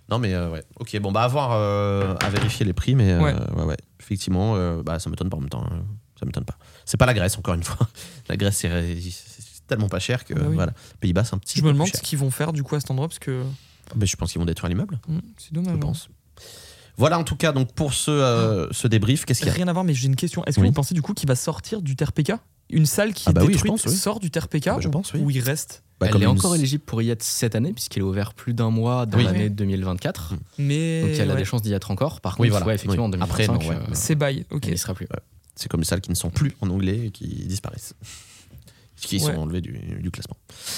A: Non, mais euh, ouais. Ok, bon, bah, à voir, euh, à vérifier les prix, mais euh,
B: Ouais.
A: ouais, ouais. Effectivement, euh, bah, ça m'étonne pas en même temps. hein. Ça m'étonne pas. C'est pas la Grèce, encore une fois. la Grèce, c'est c'est tellement pas cher que,
B: Ah bah oui.
A: voilà. Pays-Bas, c'est un petit
B: Je
A: peu
B: me
A: plus
B: demande
A: cher.
B: ce qu'ils vont faire du coup à cet endroit, parce que
A: Mais Ah ben, je pense qu'ils vont détruire l'immeuble,
B: hmm, c'est dommage.
C: Ah
A: je
B: hein.
A: pense. Voilà, en tout cas, donc, pour ce, euh, ce débrief, qu'est-ce qu'il y a
B: Rien à voir, mais j'ai une question. Est-ce que
A: Oui.
B: vous pensez du coup qu'il va sortir du TRPK Une salle qui
A: Ah bah
B: est
A: oui, je
B: détruite
A: pense, oui.
B: sort du TRPK
A: Bah, je
B: ou,
A: pense, oui.
B: ou il reste
A: Bah,
C: Elle
A: comme
C: est
A: une-
C: encore éligible pour y être cette année, puisqu'elle est ouverte plus d'un mois dans
A: Oui.
C: l'année 2024.
B: Mais
C: Donc elle a
B: ouais.
C: des chances d'y être encore. Par
A: Oui,
C: contre,
A: voilà.
C: ouais, effectivement,
A: Oui.
C: en
A: Après,
C: 2025,
A: non, ouais.
C: euh,
B: c'est bail, ok.
C: elle n'y sera plus.
A: C'est comme les salles qui ne sont plus en anglais et qui disparaissent. Qui sont
B: Ouais.
A: enlevées du, du classement.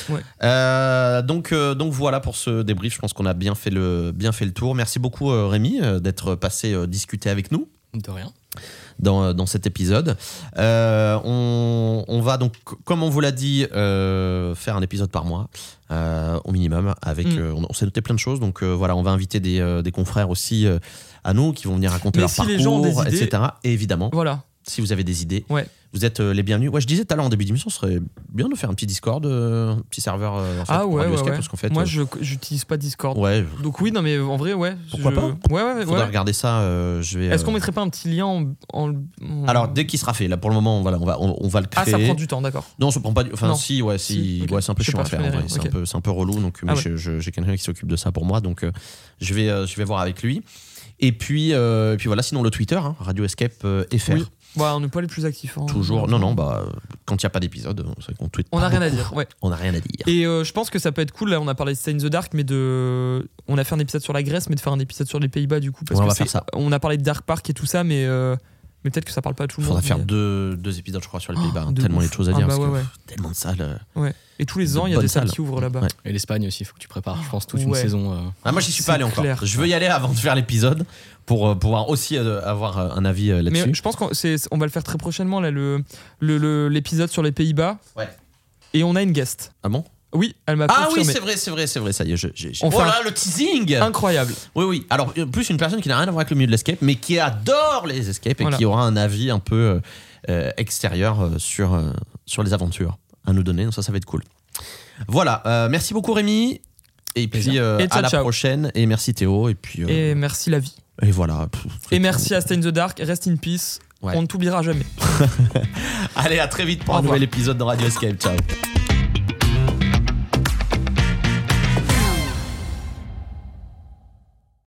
B: Ouais.
A: Euh, donc, euh, donc voilà pour ce débrief. Je pense qu'on a bien fait le, bien fait le tour. Merci beaucoup euh, Rémi euh, d'être passé euh, discuter avec nous
C: De rien.
A: dans, euh, dans cet épisode. Euh, on, on va donc, c- comme on vous l'a dit, euh, faire un épisode par mois euh, au minimum. Avec,
B: Mm.
A: euh, on on s'est noté plein de choses. Donc euh, voilà, on va inviter des, euh, des confrères aussi euh, à nous qui vont venir raconter
B: Mais
A: leur
B: si
A: parcours,
B: les gens ont des idées-
A: etc. Et évidemment,
B: Voilà.
A: si vous avez des idées,
B: Ouais.
A: vous êtes euh, les bienvenus. Ouais, je disais tout à l'heure en début d'émission, ce serait bien de faire un petit Discord, euh, un petit serveur euh, en fait,
B: Ah
A: pour
B: ouais,
A: Radio
B: ouais,
A: Escape,
B: ouais.
A: parce qu'en fait,
B: Moi,
A: euh,
B: je j'utilise pas Discord.
A: ouais,
B: Donc oui, non mais en vrai, ouais.
A: Pourquoi
B: je-
A: pas
B: Ouais, ouais, ouais.
A: faudra regarder ça. euh, je vais.
B: Est-ce qu'on
A: euh,
B: mettrait pas un petit lien en... en- en-
A: Alors dès qu'il sera fait, là pour le moment, voilà, on va on, on va le créer.
B: Ah, ça prend du temps, d'accord.
A: Non, ça prend pas du. Enfin,
B: Non.
A: si, ouais, si,
B: Si, ok.
A: ouais, c'est un peu
B: Je sais
A: chiant
B: pas,
A: à
B: je
A: faire. en
B: connais
A: vrai.
B: rien,
A: C'est un
B: ok.
A: peu, c'est un peu relou. Donc, euh, mais
B: ouais.
A: je- je- j'ai quelqu'un qui s'occupe de ça pour moi, donc euh, je vais, euh, je vais voir avec lui. Et puis, euh, et puis voilà. Sinon, le Twitter, hein, Radio Escape euh, FR,
B: Oui. Ouais, on n'est pas les plus actifs. hein.
A: toujours. Non, non, bah quand il y a pas d'épisode, c'est vrai qu'on tweet.
B: On
A: pas
B: n'a rien à
A: beaucoup.
B: dire, ouais.
A: On n'a rien à dire.
B: Et euh, je pense que ça peut être cool. Là, on a parlé de Stay in the Dark, mais de. On a fait un épisode sur la Grèce, mais de faire un épisode sur les Pays-Bas, du coup. Parce
A: On
B: que
A: va
B: c'est-
A: faire ça.
B: On a parlé de Dark Park et tout ça, mais, euh, mais peut-être que ça parle pas à tout le
A: Faudra
B: monde.
A: faire
B: mais-
A: deux, deux épisodes, je crois, sur les
B: Oh,
A: Pays-Bas. hein.
B: de
A: tellement
B: ouf.
A: il y a de choses à
B: Ah
A: dire.
B: bah
A: parce
B: ouais,
A: que, pff, Tellement de salles. euh,
B: Et tous les
A: de
B: ans, il y a
A: bonnes
B: des salles
A: salles.
B: qui ouvrent là-bas.
A: Ouais.
C: Et l'Espagne aussi, il faut que tu prépares, je pense, toute une
B: Ouais.
C: saison. euh,
A: Ah, moi, j'y suis
B: C'est
A: pas allé encore.
B: clair.
A: Je veux y aller avant de faire l'épisode pour euh, pouvoir aussi euh, avoir euh, un avis euh, là-dessus.
B: Mais je pense qu'on c'est- on va le faire très prochainement, là, l'épisode le, le, l'épisode sur les Pays-Bas.
A: Ouais.
B: Et on a une guest.
A: Ah bon
B: Oui, elle m'a
A: Ah oui,
B: confirmé.
A: c'est vrai, c'est vrai, c'est vrai. Ça y est, je- j'ai. j'ai-
B: On
A: Oh
B: fait un-
A: là, le teasing
B: Incroyable.
A: Oui, oui. Alors, en plus, une personne qui n'a rien à voir avec le milieu de l'escape, mais qui adore les escapes et
B: Voilà.
A: qui aura un avis un peu euh, euh, extérieur euh, sur, euh, sur les aventures à nous donner. Donc, ça, ça va être cool. Voilà. euh, merci beaucoup, Rémi. Et puis,
C: Plaisir.
A: euh,
B: Et ciao,
A: à la
B: ciao.
A: prochaine. Et merci, Théo. Et puis, euh,
B: Et merci la vie.
A: et voilà. Pff,
B: Et merci à Stay in the Dark. Rest in peace.
A: Ouais.
B: On ne t'oubliera jamais.
A: Allez, à très vite pour
B: Au
A: un
B: revoir.
A: nouvel épisode de Radio Escape. Ciao.